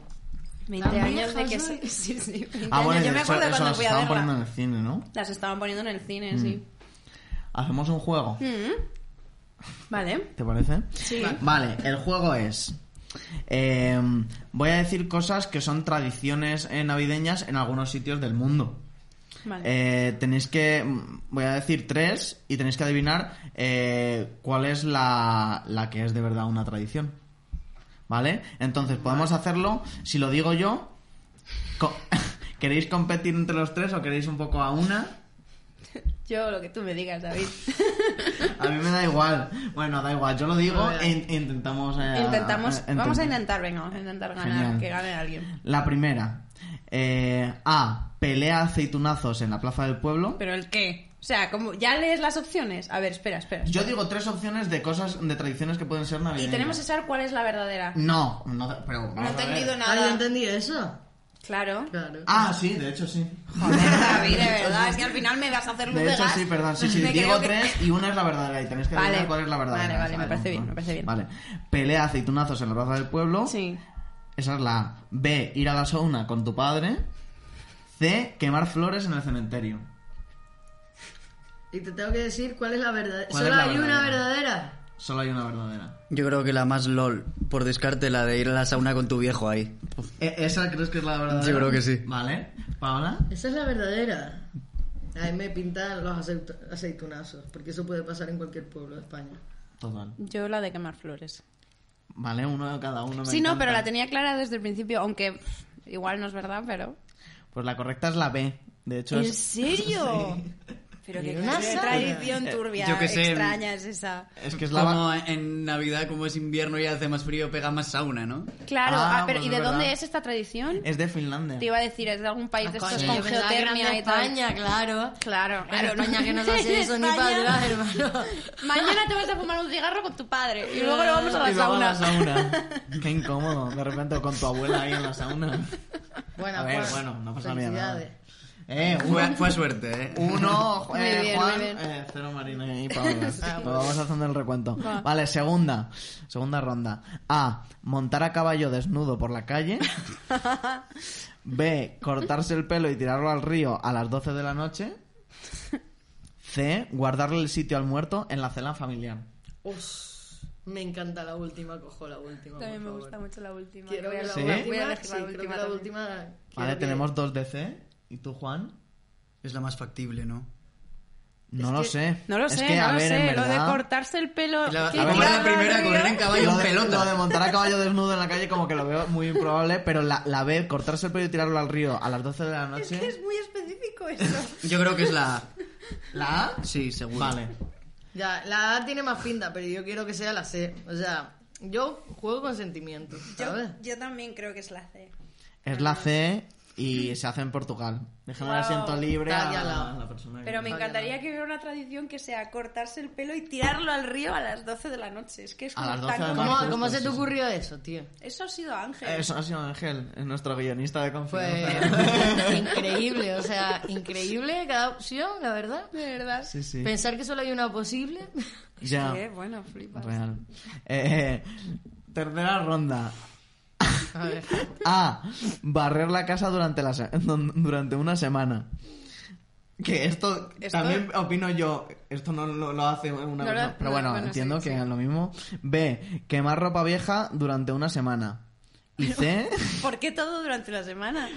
Speaker 1: 20
Speaker 3: Tan
Speaker 1: años de
Speaker 3: vieja
Speaker 1: que
Speaker 3: soy.
Speaker 1: se- sí, sí, 20
Speaker 2: Ah, bueno,
Speaker 1: años. Yo me
Speaker 2: eso,
Speaker 1: acuerdo
Speaker 2: eso
Speaker 1: cuando
Speaker 2: las
Speaker 1: fui a
Speaker 2: estaban
Speaker 1: verla.
Speaker 2: poniendo en Mm. el cine, ¿no?
Speaker 1: Las estaban poniendo en el cine, sí.
Speaker 2: Hacemos un juego,
Speaker 1: Mm. Vale.
Speaker 2: ¿te parece?
Speaker 1: Sí.
Speaker 2: Va- Vale, el juego es... eh, voy a decir cosas que son tradiciones eh, navideñas en algunos sitios del mundo.
Speaker 1: Vale.
Speaker 2: Eh, tenéis que... mm, Voy a decir tres y tenéis que adivinar eh, cuál es la, la que es de verdad una tradición. ¿Vale? Entonces, podemos hacerlo, si lo digo yo... co- ¿Queréis competir entre los tres o queréis un poco a una?
Speaker 1: Yo lo que tú me digas, David.
Speaker 2: A mí me da igual. Bueno, da igual, yo lo digo
Speaker 3: Vale.
Speaker 2: e in- intentamos... eh,
Speaker 1: Intentamos,
Speaker 2: eh,
Speaker 1: vamos a
Speaker 2: intentar.
Speaker 1: intentar, venga, vamos a intentar ganar,
Speaker 2: Genial.
Speaker 1: que gane alguien.
Speaker 2: La primera. eh, A. Pelea aceitunazos en la plaza del pueblo.
Speaker 1: Pero el qué? O sea, como ya lees las opciones. A ver, espera, espera.
Speaker 2: Yo digo tres opciones de cosas, de tradiciones que pueden ser navideñas.
Speaker 1: Y tenemos que saber cuál es la verdadera.
Speaker 2: No, no, pero Mm. vamos
Speaker 1: No he
Speaker 2: a ver.
Speaker 1: entendido
Speaker 3: Ah, yo
Speaker 1: nada.
Speaker 3: entendí eso.
Speaker 1: Claro.
Speaker 3: Claro.
Speaker 2: Ah, sí, de hecho sí.
Speaker 1: Joder, David, de verdad, es que al final me vas a hacer luz de,
Speaker 2: De hecho
Speaker 1: gas.
Speaker 2: sí, perdón, sí, sí.
Speaker 1: Me
Speaker 2: Digo
Speaker 1: creo que-
Speaker 2: tres y una es la verdadera y tenéis que
Speaker 1: Vale.
Speaker 2: adivinar cuál es la verdadera.
Speaker 1: Vale, vale, me parece bien, me parece bien.
Speaker 2: Vale. Pelea aceitunazos en la plaza del pueblo.
Speaker 1: Sí.
Speaker 2: Esa es la A. B. Ir a la sauna con tu padre. C. Quemar flores en el cementerio.
Speaker 3: Y te tengo que decir cuál es la verdadera.
Speaker 2: ¿Cuál
Speaker 3: Solo
Speaker 2: es la
Speaker 3: hay una
Speaker 2: verdadera?
Speaker 3: verdadera.
Speaker 2: Solo hay una verdadera.
Speaker 4: Yo creo que la más lol, por descarte, la de ir a la sauna con tu viejo ahí.
Speaker 2: ¿E- ¿Esa crees que es la verdadera?
Speaker 4: Yo creo que sí.
Speaker 2: Vale. ¿Paola?
Speaker 3: Esa es la verdadera. A mí me pintan los aceitu- aceitunazos, porque eso puede pasar en cualquier pueblo de España.
Speaker 2: Total.
Speaker 1: Yo la de quemar flores.
Speaker 2: Vale, uno de cada uno. me
Speaker 1: sí, no,
Speaker 2: encanta.
Speaker 1: pero la tenía clara desde el principio, aunque pff, igual no es verdad, pero...
Speaker 2: Pues la correcta es la B. De hecho,
Speaker 1: ¿En
Speaker 2: es,
Speaker 1: serio? Pero qué
Speaker 3: Una
Speaker 1: clase de
Speaker 3: sauna.
Speaker 1: tradición
Speaker 4: Eh,
Speaker 1: turbia,
Speaker 4: yo qué sé.
Speaker 1: extraña es esa.
Speaker 2: es que es la.
Speaker 4: Como en Navidad, como es invierno y hace más frío, pega más sauna, ¿no?
Speaker 1: Claro,
Speaker 2: Ah,
Speaker 1: ah, pero
Speaker 2: pues
Speaker 1: ¿y
Speaker 2: es
Speaker 1: de
Speaker 2: verdad.
Speaker 1: dónde es esta tradición?
Speaker 2: Es de Finlandia.
Speaker 1: Te iba a decir, es de algún país de estos
Speaker 3: Coño,
Speaker 1: con
Speaker 3: yo pensaba que eran de
Speaker 1: geotermia y tal.
Speaker 3: España, claro.
Speaker 1: Claro,
Speaker 3: En
Speaker 1: claro.
Speaker 3: España que no se hace eso ni para
Speaker 1: España.
Speaker 3: atrás, hermano.
Speaker 1: Mañana te vas a fumar un cigarro con tu padre y luego lo vamos a
Speaker 2: Y
Speaker 1: la
Speaker 2: luego a
Speaker 1: sauna.
Speaker 2: la sauna. Qué incómodo, de repente con tu abuela ahí en la sauna.
Speaker 3: Bueno,
Speaker 2: a ver,
Speaker 1: pues,
Speaker 3: Juan,
Speaker 2: bueno, no pasa nada.
Speaker 3: felicidades.
Speaker 2: Eh,
Speaker 4: Fue,
Speaker 2: un-
Speaker 4: fue suerte, ¿eh?
Speaker 2: uno,
Speaker 1: Muy
Speaker 2: eh,
Speaker 1: bien,
Speaker 2: Juan,
Speaker 1: muy bien.
Speaker 2: eh, cero Marina y Paola.
Speaker 3: Ah,
Speaker 2: Lo vamos haciendo el recuento. Vale, segunda, segunda ronda. A, montar a caballo desnudo por la calle. B, cortarse el pelo y tirarlo al río a las 12 de la noche. C, guardarle el sitio al muerto en la cena familiar.
Speaker 3: Uf, me encanta la última, cojo la última.
Speaker 1: También me
Speaker 3: por
Speaker 1: gusta
Speaker 3: favor.
Speaker 1: mucho la última.
Speaker 3: Quiero
Speaker 1: voy, a
Speaker 3: ver la
Speaker 2: ¿Sí?
Speaker 3: última.
Speaker 1: voy a elegir
Speaker 3: sí,
Speaker 1: la
Speaker 3: creo que
Speaker 1: última.
Speaker 3: la
Speaker 1: también.
Speaker 3: última. quiero
Speaker 2: Vale,
Speaker 3: que-
Speaker 2: tenemos dos de C. ¿Y tú, Juan?
Speaker 4: Es la más factible, ¿no?
Speaker 2: No lo sé.
Speaker 1: No lo sé,
Speaker 2: es que,
Speaker 1: no
Speaker 2: a
Speaker 1: lo
Speaker 2: ver, en
Speaker 1: sé. Lo
Speaker 2: verdad,
Speaker 1: de cortarse el pelo.
Speaker 4: La-
Speaker 1: y
Speaker 4: a
Speaker 2: ver,
Speaker 1: tirarlo
Speaker 2: la
Speaker 1: al
Speaker 4: primera,
Speaker 1: río.
Speaker 4: correr en caballo.
Speaker 2: lo de-
Speaker 4: en pelota.
Speaker 2: lo de montar a caballo desnudo en la calle como que lo veo muy improbable, pero la, la B, cortarse el pelo y tirarlo al río a las 12 de la noche...
Speaker 1: Es muy específico eso.
Speaker 4: Yo creo que es la A.
Speaker 2: ¿La A?
Speaker 4: Sí, seguro.
Speaker 2: Vale.
Speaker 3: Ya, la A tiene más pinta, pero yo quiero que sea la C. O sea, yo juego con sentimientos, ¿sabes?
Speaker 1: también creo que es la C.
Speaker 2: Es la C y se hace en Portugal. Déjame el
Speaker 1: Wow.
Speaker 2: asiento libre
Speaker 3: Está aquí
Speaker 2: a
Speaker 3: al
Speaker 2: la,
Speaker 3: lado.
Speaker 2: la persona que-
Speaker 1: Pero me encantaría que hubiera una tradición que sea cortarse el pelo y tirarlo al río a las 12 de la noche. Es que es
Speaker 2: A
Speaker 1: como
Speaker 2: las 12
Speaker 1: tan...
Speaker 2: de la
Speaker 1: como-
Speaker 3: ¿Cómo,
Speaker 2: justo,
Speaker 3: cómo se
Speaker 2: sí,
Speaker 3: te
Speaker 2: sí.
Speaker 3: ocurrió eso, tío?
Speaker 1: Eso ha sido Ángel. Pues-
Speaker 2: Eso ha sido Ángel, es nuestro guionista de
Speaker 3: Fue
Speaker 2: confianza.
Speaker 3: increíble, o sea, increíble cada opción, la verdad.
Speaker 1: De verdad.
Speaker 2: Sí, sí.
Speaker 3: Pensar que solo hay una posible.
Speaker 2: Ya.
Speaker 1: Qué bueno, flipas.
Speaker 2: Real. Eh, tercera ronda.
Speaker 3: A ver.
Speaker 2: A. Barrer la casa durante, la se- durante una semana. Que esto,
Speaker 1: Esto-
Speaker 2: también opino yo, esto no lo, lo hace una
Speaker 1: No lo-
Speaker 2: persona,
Speaker 1: no,
Speaker 2: pero bueno,
Speaker 1: bueno,
Speaker 2: entiendo
Speaker 1: sí,
Speaker 2: que
Speaker 1: sí.
Speaker 2: es lo mismo. B, quemar ropa vieja durante una semana. Y C,
Speaker 1: ¿Por qué todo durante la semana?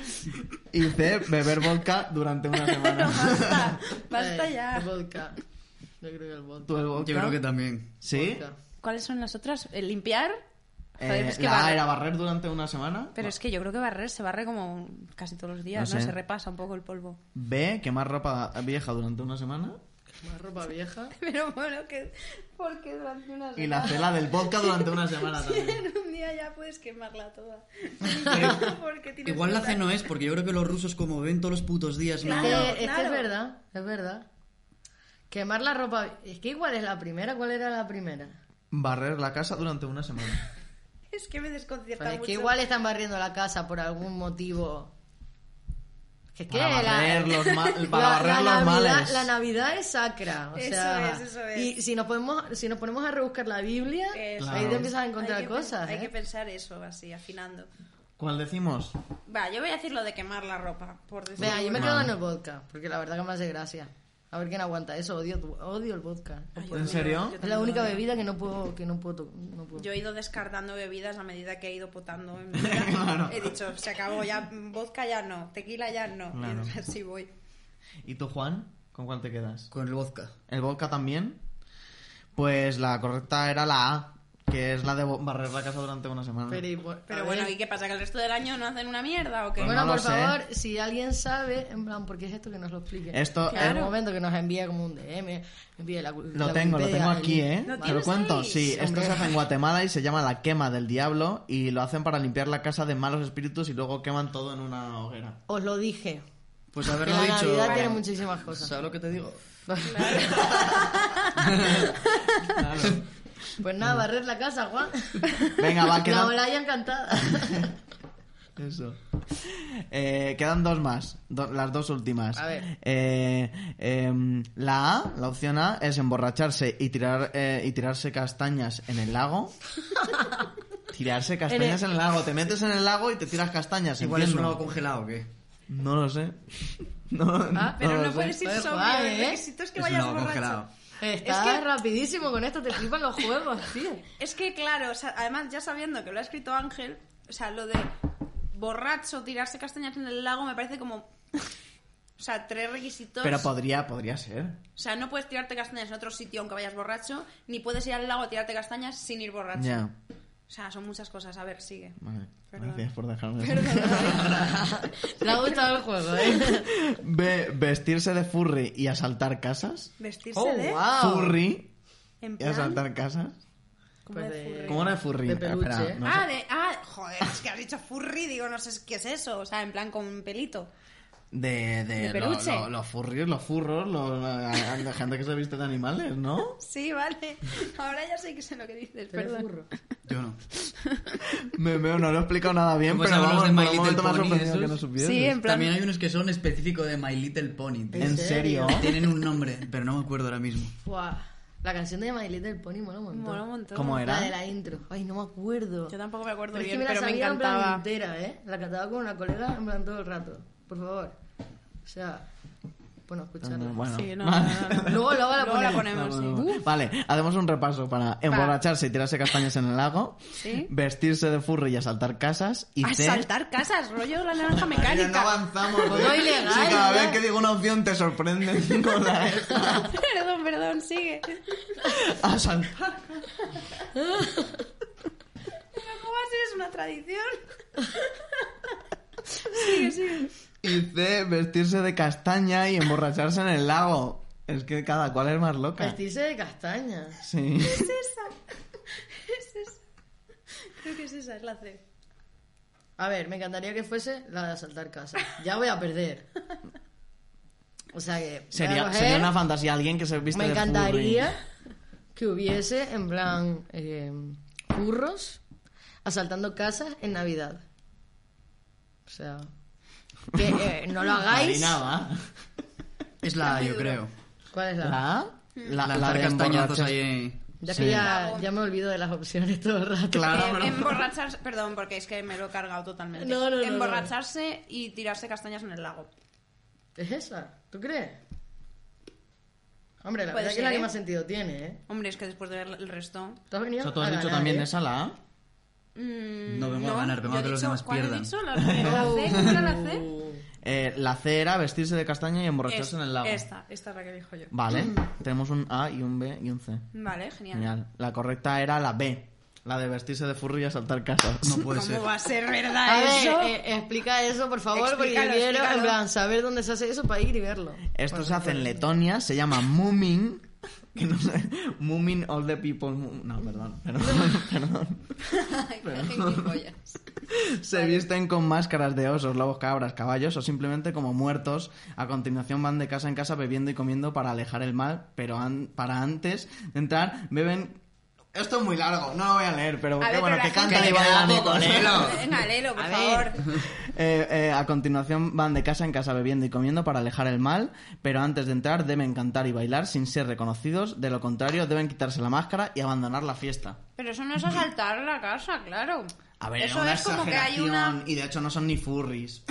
Speaker 2: y C, beber vodka durante una semana.
Speaker 1: Basta, basta
Speaker 3: Eh,
Speaker 2: pues
Speaker 1: ya.
Speaker 3: Vodka. Yo creo que el vodka.
Speaker 2: ¿Tú el vodka?
Speaker 4: Yo creo que también.
Speaker 2: ¿Sí?
Speaker 3: Vodka.
Speaker 1: ¿Cuáles son las otras? ¿El ¿Limpiar? Joder,
Speaker 2: Eh,
Speaker 1: es que
Speaker 2: la A
Speaker 1: barrer-
Speaker 2: era barrer durante una semana.
Speaker 1: Pero es que yo creo que barrer se barre como casi todos los días,
Speaker 2: No
Speaker 1: ¿no?
Speaker 2: sé.
Speaker 1: Se repasa un poco el polvo.
Speaker 2: B, quemar ropa vieja durante una semana.
Speaker 3: Más ropa vieja.
Speaker 1: Pero bueno, que porque durante una
Speaker 2: Y la C, la del vodka durante una semana también.
Speaker 1: En un día ya puedes quemarla toda. Porque tienes
Speaker 4: Igual la
Speaker 1: que
Speaker 4: C no es, porque yo creo que los rusos, como ven todos los putos días, ¿no?
Speaker 1: Claro,
Speaker 3: Este- este
Speaker 1: claro.
Speaker 3: es verdad, es verdad. Quemar la ropa. Es que igual es la primera. ¿Cuál era la primera?
Speaker 2: Barrer la casa durante una semana.
Speaker 1: Es que me desconcierta
Speaker 3: Pero es que igual están barriendo la casa por algún motivo. Es que
Speaker 2: Para
Speaker 3: la-
Speaker 2: barrer los ma- para barrer los
Speaker 3: Navidad,
Speaker 2: males.
Speaker 3: la Navidad es sacra. O
Speaker 1: Eso
Speaker 3: sea,
Speaker 1: es, eso es.
Speaker 3: Y si nos, podemos, si nos ponemos a rebuscar la Biblia,
Speaker 1: Eso
Speaker 3: ahí
Speaker 2: es.
Speaker 3: te empiezas a encontrar cosas.
Speaker 1: Hay
Speaker 3: ¿eh?
Speaker 1: que pensar eso así, afinando.
Speaker 2: ¿Cuál decimos?
Speaker 1: Va, yo voy a decir lo de quemar la ropa, por decir.
Speaker 3: Venga, yo me
Speaker 2: Vale.
Speaker 3: quedo en el vodka, porque la verdad que me hace gracia. A ver quién aguanta eso. Odio, tu- odio el vodka.
Speaker 2: ¿En serio?
Speaker 1: Yo
Speaker 3: Es la única
Speaker 1: también.
Speaker 3: bebida que no puedo. Que no puedo, to- no puedo.
Speaker 1: Yo he ido descartando bebidas a medida que he ido potando en mi vida.
Speaker 2: Claro.
Speaker 1: He dicho, se acabó ya, vodka ya no, tequila ya no.
Speaker 2: Claro.
Speaker 1: Y así voy.
Speaker 2: ¿Y tú, Juan? ¿Con cuál te quedas?
Speaker 4: Con el vodka.
Speaker 2: ¿El vodka también? Pues la correcta era la A, que es la de bo- barrer la casa durante una semana.
Speaker 3: Pero, y bu- a
Speaker 1: Pero bueno,
Speaker 3: ver.
Speaker 1: ¿y qué pasa? ¿Que el resto del año no hacen una mierda o qué?
Speaker 2: Pues
Speaker 3: Bueno,
Speaker 2: no lo
Speaker 3: por
Speaker 2: sé.
Speaker 3: favor, si alguien sabe, en plan, porque es esto que nos lo explique.
Speaker 2: Esto eh,
Speaker 3: En
Speaker 1: Claro.
Speaker 3: algún momento que nos envía como un DM, envíe la cul-
Speaker 2: Lo
Speaker 3: la
Speaker 2: tengo, lo
Speaker 3: Wikipedia,
Speaker 2: tengo
Speaker 3: el
Speaker 2: aquí,
Speaker 3: link.
Speaker 2: ¿eh?
Speaker 1: ¿Lo
Speaker 2: Te lo
Speaker 1: tienes
Speaker 2: cuento,
Speaker 1: ahí?
Speaker 2: sí. Esto se hace en Guatemala y se llama la quema del diablo y lo hacen para limpiar la casa de malos espíritus y luego queman todo en una hoguera.
Speaker 3: Os lo dije.
Speaker 4: Pues
Speaker 3: Que
Speaker 4: haberlo
Speaker 3: la
Speaker 4: dicho.
Speaker 3: Navidad tiene muchísimas cosas.
Speaker 4: ¿Sabes lo que te digo?
Speaker 3: Pues nada, barrer la casa, Juan.
Speaker 2: Venga, va,
Speaker 3: La
Speaker 2: quedan...
Speaker 3: Olaya encantada.
Speaker 2: Eso. Eh, quedan dos más, do- las dos últimas.
Speaker 3: A ver.
Speaker 2: Eh, em, la A, la opción A, es emborracharse y, tirar, eh, y tirarse castañas en el lago. tirarse castañas en el lago. Te metes en el lago y te tiras castañas.
Speaker 4: Igual es un
Speaker 2: entiendo.
Speaker 4: lago congelado, ¿o qué?
Speaker 2: No lo sé. No,
Speaker 3: Ah,
Speaker 1: Pero no
Speaker 2: lo sé.
Speaker 1: puedes ir
Speaker 3: Joder,
Speaker 1: sobrio,
Speaker 3: Juan,
Speaker 1: el
Speaker 3: ¿eh?
Speaker 1: requisito es que
Speaker 4: es un
Speaker 1: vayas
Speaker 4: lago
Speaker 1: borracho.
Speaker 4: congelado.
Speaker 3: Está
Speaker 1: Es que-
Speaker 3: rapidísimo con esto, te flipan los juegos, tío.
Speaker 1: Es que, claro, o sea, además, ya sabiendo que lo ha escrito Ángel, o sea, lo de borracho, tirarse castañas en el lago, me parece como. O sea, tres requisitos.
Speaker 2: Pero podría, podría ser.
Speaker 1: O sea, no puedes tirarte castañas en otro sitio aunque vayas borracho, ni puedes ir al lago a tirarte castañas sin ir borracho.
Speaker 2: Ya.
Speaker 1: O sea, son muchas cosas. A ver, sigue.
Speaker 3: Oh,
Speaker 2: Vale,
Speaker 1: Perdón.
Speaker 2: gracias por dejarme.
Speaker 3: Le ha gustado el juego, ¿eh?
Speaker 2: Ve- vestirse de furry y asaltar casas.
Speaker 1: Vestirse
Speaker 3: Oh,
Speaker 1: de.
Speaker 3: wow.
Speaker 2: Furry
Speaker 1: En
Speaker 2: y
Speaker 1: plan,
Speaker 2: asaltar casas.
Speaker 1: como
Speaker 3: Pues
Speaker 1: de
Speaker 3: de-
Speaker 1: furry.
Speaker 2: ¿Cómo era de furry?
Speaker 3: De
Speaker 2: Espera,
Speaker 3: peluche,
Speaker 2: espera,
Speaker 3: ¿eh?
Speaker 2: no sé.
Speaker 1: Ah, de. Ah, joder, es que has dicho furry, digo, no sé qué es eso. O sea, en plan con un pelito.
Speaker 2: De, de,
Speaker 1: De
Speaker 2: lo-
Speaker 1: peluche.
Speaker 2: lo- los furries, los furros, lo- la, la gente que se viste de animales, ¿no?
Speaker 1: Sí, vale. Ahora ya sé que sé lo que dices,
Speaker 3: Pero
Speaker 1: perdón.
Speaker 3: burro.
Speaker 4: Yo no.
Speaker 2: Me, me- no lo he explicado nada bien,
Speaker 4: ¿Cómo
Speaker 2: pero
Speaker 4: se llaman los
Speaker 2: vamos,
Speaker 4: Pues de
Speaker 2: por un
Speaker 4: My
Speaker 2: momento
Speaker 4: Little
Speaker 2: me ha
Speaker 4: Pony
Speaker 2: sorprendido
Speaker 4: esos?
Speaker 2: que no supieras.
Speaker 1: Sí, en plan-
Speaker 4: También hay unos que son específicos de My Little Pony. tío.
Speaker 2: ¿En serio?
Speaker 4: Tienen un nombre, pero no me acuerdo ahora mismo.
Speaker 3: Guau. La canción de My Little Pony mola un montón.
Speaker 1: Mola un montón.
Speaker 2: ¿Cómo era?
Speaker 3: La de la intro. Ay, no me acuerdo.
Speaker 1: Yo tampoco me acuerdo
Speaker 3: Pero es que
Speaker 1: bien,
Speaker 3: me la
Speaker 1: pero me
Speaker 3: sabía en plan
Speaker 1: encantaba.
Speaker 3: entera, ¿eh? La cantaba con una colega en plan todo el rato. Por favor. O sea, bueno, escucharla.
Speaker 2: Mm, Bueno,
Speaker 1: Sí, no,
Speaker 2: vale.
Speaker 1: no, no, no.
Speaker 3: Luego- luego la
Speaker 1: ponemos. Uh,
Speaker 2: Vale,
Speaker 1: sí.
Speaker 2: vale, vale. Vale, hacemos un repaso para emborracharse y tirarse castañas en el lago,
Speaker 1: Sí.
Speaker 2: vestirse de furro y asaltar casas y C,
Speaker 1: Asaltar casas, rollo la naranja
Speaker 2: Mira, no
Speaker 1: mecánica.
Speaker 2: avanzamos. ¿eh?
Speaker 3: Todo ilegal,
Speaker 2: Si cada
Speaker 3: ¿verdad?
Speaker 2: vez que digo una opción te sorprende con la E. esta.
Speaker 1: perdón, perdón, sigue.
Speaker 2: Asaltar.
Speaker 1: Pero ¿Cómo así es una tradición? sigue, sigue.
Speaker 2: Y C, vestirse de castaña y emborracharse en el lago. Es que cada cual es más loca.
Speaker 3: Vestirse de castaña.
Speaker 2: Sí.
Speaker 1: Es esa. Es esa. Creo que es esa, es la C.
Speaker 3: A ver, me encantaría que fuese la de asaltar casa. Ya voy a perder. O sea que. voy a
Speaker 2: Sería,
Speaker 3: coger-
Speaker 2: sería una fantasía alguien que se viste
Speaker 3: Me
Speaker 2: de ¿eh? furry.
Speaker 3: encantaría que hubiese, en plan, eh, burros asaltando casas en Navidad. O sea, que eh, no lo hagáis.
Speaker 2: Marina, va.
Speaker 4: Es la, yo creo.
Speaker 3: ¿Cuál es la?
Speaker 2: ¿La A? La, la,
Speaker 4: Lanzar
Speaker 2: de
Speaker 4: castañazos
Speaker 2: emborracharse.
Speaker 4: ahí. en-
Speaker 3: Ya
Speaker 2: Sí.
Speaker 3: que ya, ya me olvido de las opciones todo el rato.
Speaker 2: Claro,
Speaker 1: Eh,
Speaker 2: no, no.
Speaker 1: Emborracharse, perdón, porque es que me lo he cargado totalmente.
Speaker 3: No, no, no,
Speaker 1: Emborracharse y tirarse castañas en el lago.
Speaker 3: ¿Es esa? ¿Tú crees? Hombre, la
Speaker 1: Puede
Speaker 3: verdad que es la
Speaker 1: ser,
Speaker 3: que
Speaker 1: ¿eh?
Speaker 3: más sentido tiene, ¿eh?
Speaker 1: Hombién es que después de ver el resto.
Speaker 3: ¿Tú has venido
Speaker 2: O sea, tú
Speaker 3: a
Speaker 2: has dicho
Speaker 3: ganar,
Speaker 2: también
Speaker 3: ¿eh?
Speaker 2: esa la A.
Speaker 1: mm,
Speaker 4: No vengo a ganar, vengo
Speaker 1: yo
Speaker 4: a
Speaker 1: he
Speaker 4: que los
Speaker 1: dicho-
Speaker 4: demás
Speaker 1: ¿cuál he
Speaker 4: pierdan.
Speaker 1: dicho? La C, la C, ¿cuál era la C?
Speaker 2: Eh, la C era vestirse de castaña y emborracharse
Speaker 1: Es-
Speaker 2: en el lago.
Speaker 1: Esta, esta es la que dijo yo.
Speaker 2: Vale, tenemos un A y un B y un C.
Speaker 1: Vale, genial.
Speaker 2: Genial. La correcta era la B, la de vestirse de furro y asaltar casas.
Speaker 4: No puede
Speaker 1: ¿Cómo
Speaker 4: ser.
Speaker 1: va a ser verdad
Speaker 3: A
Speaker 1: eso?
Speaker 3: ver, eh, explica eso, por favor,
Speaker 1: Explícalo,
Speaker 3: porque yo quiero,
Speaker 1: explícalo.
Speaker 3: en plan, saber dónde se hace eso para ir y verlo.
Speaker 2: Esto
Speaker 1: Pues
Speaker 2: se hace en Letonia, se llama Moomin. Que no sé, Moomin All the People. Mo- No, perdón, perdón, perdón.
Speaker 1: Ay, qué gilipollas.
Speaker 2: Se visten con máscaras de osos, lobos, cabras, caballos o simplemente como muertos. A continuación van de casa en casa bebiendo y comiendo para alejar el mal, pero an- para antes de entrar beben... Esto es muy largo, no lo voy a leer, pero
Speaker 1: A
Speaker 2: qué
Speaker 1: ver,
Speaker 2: bueno,
Speaker 1: pero
Speaker 2: que
Speaker 1: la gente-
Speaker 2: canta y
Speaker 1: Que
Speaker 2: baila
Speaker 4: lleva poco,
Speaker 2: Nicolás.
Speaker 4: léelo.
Speaker 1: ¿eh? Venga, léelo, por
Speaker 3: A ver.
Speaker 1: favor.
Speaker 2: Eh, eh, a continuación van de casa en casa bebiendo y comiendo para alejar el mal, pero antes de entrar deben cantar y bailar sin ser reconocidos, de lo contrario deben quitarse la máscara y abandonar la fiesta.
Speaker 1: Pero eso no es asaltar la casa, claro.
Speaker 2: A ver,
Speaker 1: eso
Speaker 2: era una
Speaker 1: es como que hay
Speaker 2: exageración,
Speaker 1: una.
Speaker 2: y de hecho no son ni furries.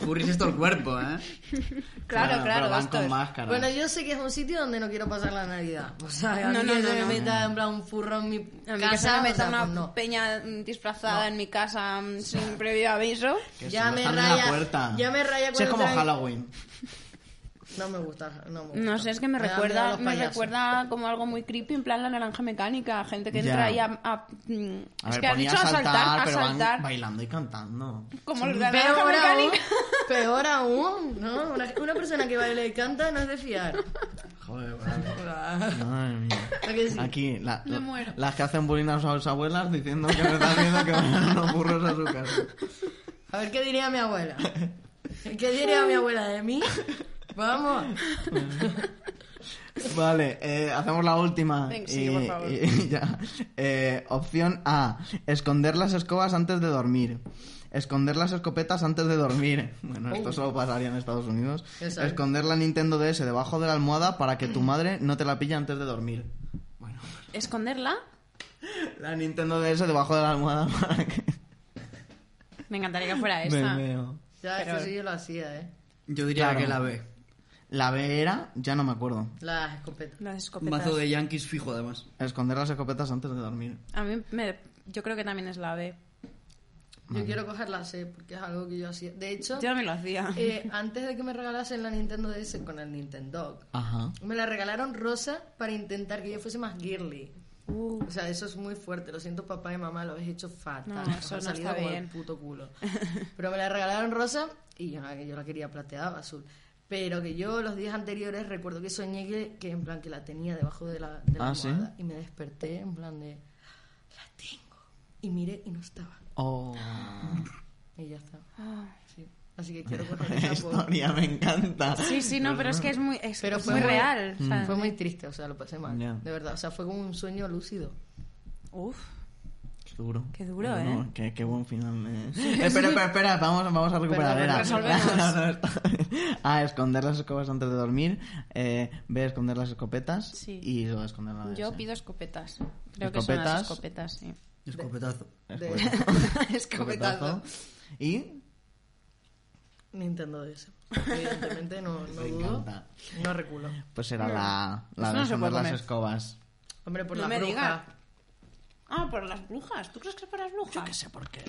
Speaker 4: Furries es todo el cuerpo, ¿eh?
Speaker 1: Claro,
Speaker 2: pero
Speaker 1: claro,
Speaker 2: van
Speaker 1: esto
Speaker 2: con
Speaker 1: es.
Speaker 2: máscara.
Speaker 3: Bueno, yo sé que es un sitio donde no quiero pasar la Navidad. O sea, a
Speaker 1: No,
Speaker 3: mí
Speaker 1: no,
Speaker 3: que
Speaker 1: no,
Speaker 3: se me
Speaker 1: no.
Speaker 3: meta en plan un furro en mi
Speaker 1: A mí que se
Speaker 3: casa,
Speaker 1: me
Speaker 3: o sea,
Speaker 1: meta una
Speaker 3: pues no.
Speaker 1: peña mm, disfrazada en mi casa mm, sin previo aviso.
Speaker 2: Que
Speaker 3: ya
Speaker 2: si no
Speaker 3: me
Speaker 2: están en
Speaker 3: raya-
Speaker 2: la puerta.
Speaker 3: ya me raya
Speaker 2: Si es
Speaker 3: cuando
Speaker 2: como
Speaker 3: traen-
Speaker 2: Halloween.
Speaker 3: No me gusta, no me gusta.
Speaker 1: No sé, es que me
Speaker 3: da miedo
Speaker 1: recuerda,
Speaker 3: los
Speaker 1: me
Speaker 3: payasos.
Speaker 1: recuerda como algo muy creepy, en plan la naranja mecánica, gente que
Speaker 2: Ya.
Speaker 1: entra ahí a... a- mm,
Speaker 2: A
Speaker 1: es
Speaker 2: ver,
Speaker 1: que ha
Speaker 2: ponía
Speaker 1: dicho asaltar,
Speaker 2: pero van
Speaker 1: asaltar,
Speaker 2: bailando y cantando.
Speaker 1: como la naranja
Speaker 3: Peor aún,
Speaker 1: mecánica.
Speaker 3: peor aún, ¿no? Una, una persona que baila y canta no es de fiar.
Speaker 2: Joder, Madre mía.
Speaker 3: ¿A que sí?
Speaker 2: Aquí, la-
Speaker 1: Me
Speaker 2: la-
Speaker 1: muero.
Speaker 2: las que hacen bullying a sus abuelas diciendo que me están viendo que van unos burros a su casa.
Speaker 3: A ver qué diría mi abuela. ¿Qué diría mi abuela de mí? Vamos.
Speaker 2: Vale, eh, hacemos la última.
Speaker 1: Venga, sí, por favor.
Speaker 2: y ya. Eh, opción A. Esconder las escobas antes de dormir. Esconder las escopetas antes de dormir. Bueno,
Speaker 1: Uh.
Speaker 2: esto solo pasaría en Estados Unidos.
Speaker 3: Exacto.
Speaker 2: Esconder la Nintendo DS debajo de la almohada para que tu
Speaker 1: Mm.
Speaker 2: madre no te la pille antes de dormir. Bueno,
Speaker 1: ¿Esconderla?
Speaker 2: la Nintendo DS debajo de la almohada para que...
Speaker 1: Me encantaría que fuera
Speaker 2: Me
Speaker 1: esa.
Speaker 2: meo.
Speaker 3: Ya,
Speaker 1: Pero-
Speaker 3: eso sí yo lo hacía, ¿eh?
Speaker 4: Yo diría
Speaker 2: Claro.
Speaker 4: que la B.
Speaker 2: La B era, ya no me acuerdo.
Speaker 3: Las escopetas.
Speaker 1: Las
Speaker 4: Un
Speaker 1: escopetas.
Speaker 4: mazo de yankees fijo, además.
Speaker 2: Esconder las escopetas antes de dormir.
Speaker 1: A mí me... Yo creo que también es la B.
Speaker 3: Yo quiero coger la C porque es algo que yo hacía. De hecho,
Speaker 1: Yo también lo hacía.
Speaker 3: eh, antes de que me regalasen la Nintendo DS con el Nintendo,
Speaker 2: Ajá.
Speaker 3: me la regalaron rosa para intentar que yo fuese más girly.
Speaker 1: Uh,
Speaker 3: O sea, eso es muy fuerte. Lo siento, papá y mamá, lo habéis hecho fatal.
Speaker 1: No,
Speaker 3: Os ha
Speaker 1: eso no
Speaker 3: salido
Speaker 1: está
Speaker 3: como
Speaker 1: bien.
Speaker 3: el puto culo. Pero me la regalaron rosa y yo, la- yo la quería plateada o azul. Pero que yo los días anteriores recuerdo que soñé que, que en plan que la tenía debajo de la, de la
Speaker 2: Ah, ¿sí?
Speaker 3: almohada. y me desperté en plan de la tengo y miré y no estaba
Speaker 2: Oh.
Speaker 3: y ya está.
Speaker 1: Ah.
Speaker 3: Sí. Así que quiero correr esa por-
Speaker 2: historia, me encanta.
Speaker 1: Sí, sí,
Speaker 2: Pues
Speaker 1: no, pero es que es muy, es
Speaker 3: Pero fue
Speaker 1: muy Mm.
Speaker 3: muy-
Speaker 1: real. o sea,
Speaker 3: Fue muy triste, o sea, lo pasé mal.
Speaker 2: Ya.
Speaker 3: De verdad, o sea, fue como un sueño lúcido.
Speaker 1: Uf.
Speaker 2: Qué duro.
Speaker 1: Qué duro, ¿eh?
Speaker 2: Qué, qué buen final. eh. espera, espera, espera, vamos, vamos a recuperar.
Speaker 3: Perdón,
Speaker 2: era.
Speaker 1: resolvemos.
Speaker 2: No, no, está- A, esconder las escobas antes de dormir. Eh, B, esconder las escopetas.
Speaker 1: Sí.
Speaker 2: Y yo, esconder la
Speaker 1: Yo
Speaker 2: DS.
Speaker 1: pido escopetas. Creo que son las escopetas, sí.
Speaker 4: Escopetazo.
Speaker 3: De-
Speaker 2: Escopetazo.
Speaker 3: Escopetazo.
Speaker 2: Y
Speaker 3: Nintendo DS. Evidentemente no, no
Speaker 2: Me
Speaker 3: dudo.
Speaker 2: encanta.
Speaker 3: No reculo.
Speaker 2: pues era la, la
Speaker 1: Eso
Speaker 2: de
Speaker 1: no se
Speaker 2: esconder
Speaker 1: puede
Speaker 2: las
Speaker 1: comer.
Speaker 2: escobas.
Speaker 3: Hombre, por
Speaker 1: No
Speaker 3: la
Speaker 1: me
Speaker 3: bruja.
Speaker 1: digas. Ah, por las brujas. ¿Tú crees que es por las brujas? Yo qué sé por qué.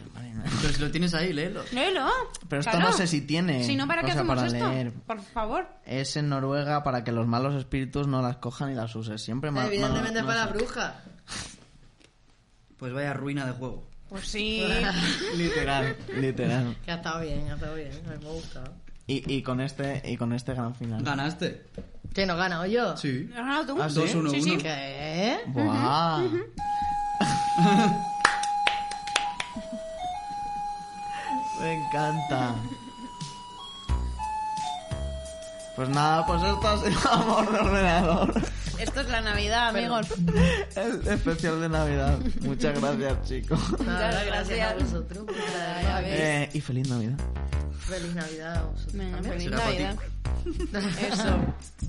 Speaker 4: Pero si lo tienes ahí, léelo.
Speaker 1: Léelo.
Speaker 2: Pero esto no sé si tiene
Speaker 1: Si no, ¿para qué
Speaker 2: cosa
Speaker 1: hacemos
Speaker 2: para
Speaker 1: esto?
Speaker 2: leer.
Speaker 1: Por favor.
Speaker 2: Es en Noruega para que los malos espíritus no las cojan y las uses. Siempre ma-
Speaker 3: Evidentemente
Speaker 2: ma-
Speaker 3: para la
Speaker 2: malos-
Speaker 3: bruja.
Speaker 4: Pues vaya ruina de juego.
Speaker 1: Pues sí.
Speaker 2: Literal, literal.
Speaker 3: Que ha estado bien, ha estado bien. A mí me ha gustado.
Speaker 2: Y, y con este y con este gran final.
Speaker 4: ¿Ganaste?
Speaker 3: ¿Que no gana o yo?
Speaker 4: Sí.
Speaker 1: ¿Has ganado tú?
Speaker 2: Ah, sí.
Speaker 4: 2-1-1.
Speaker 1: Sí, sí.
Speaker 3: ¿Qué?
Speaker 2: Buah. Me encanta. Pues nada, pues esto ha sido Amor de Ordenador.
Speaker 1: Esto es la Navidad, amigos.
Speaker 2: El especial de Navidad. Muchas gracias, chicos.
Speaker 3: Nada,
Speaker 1: Muchas
Speaker 3: gracias a
Speaker 1: gracias.
Speaker 3: vosotros. por
Speaker 1: Ay,
Speaker 3: traernos
Speaker 1: a
Speaker 3: aquí.
Speaker 1: ver.
Speaker 2: Eh, y feliz Navidad.
Speaker 3: Feliz Navidad a vosotros.
Speaker 2: Pues
Speaker 1: Venga,
Speaker 3: también.
Speaker 1: feliz
Speaker 4: Será para ti.
Speaker 1: Navidad. Eso.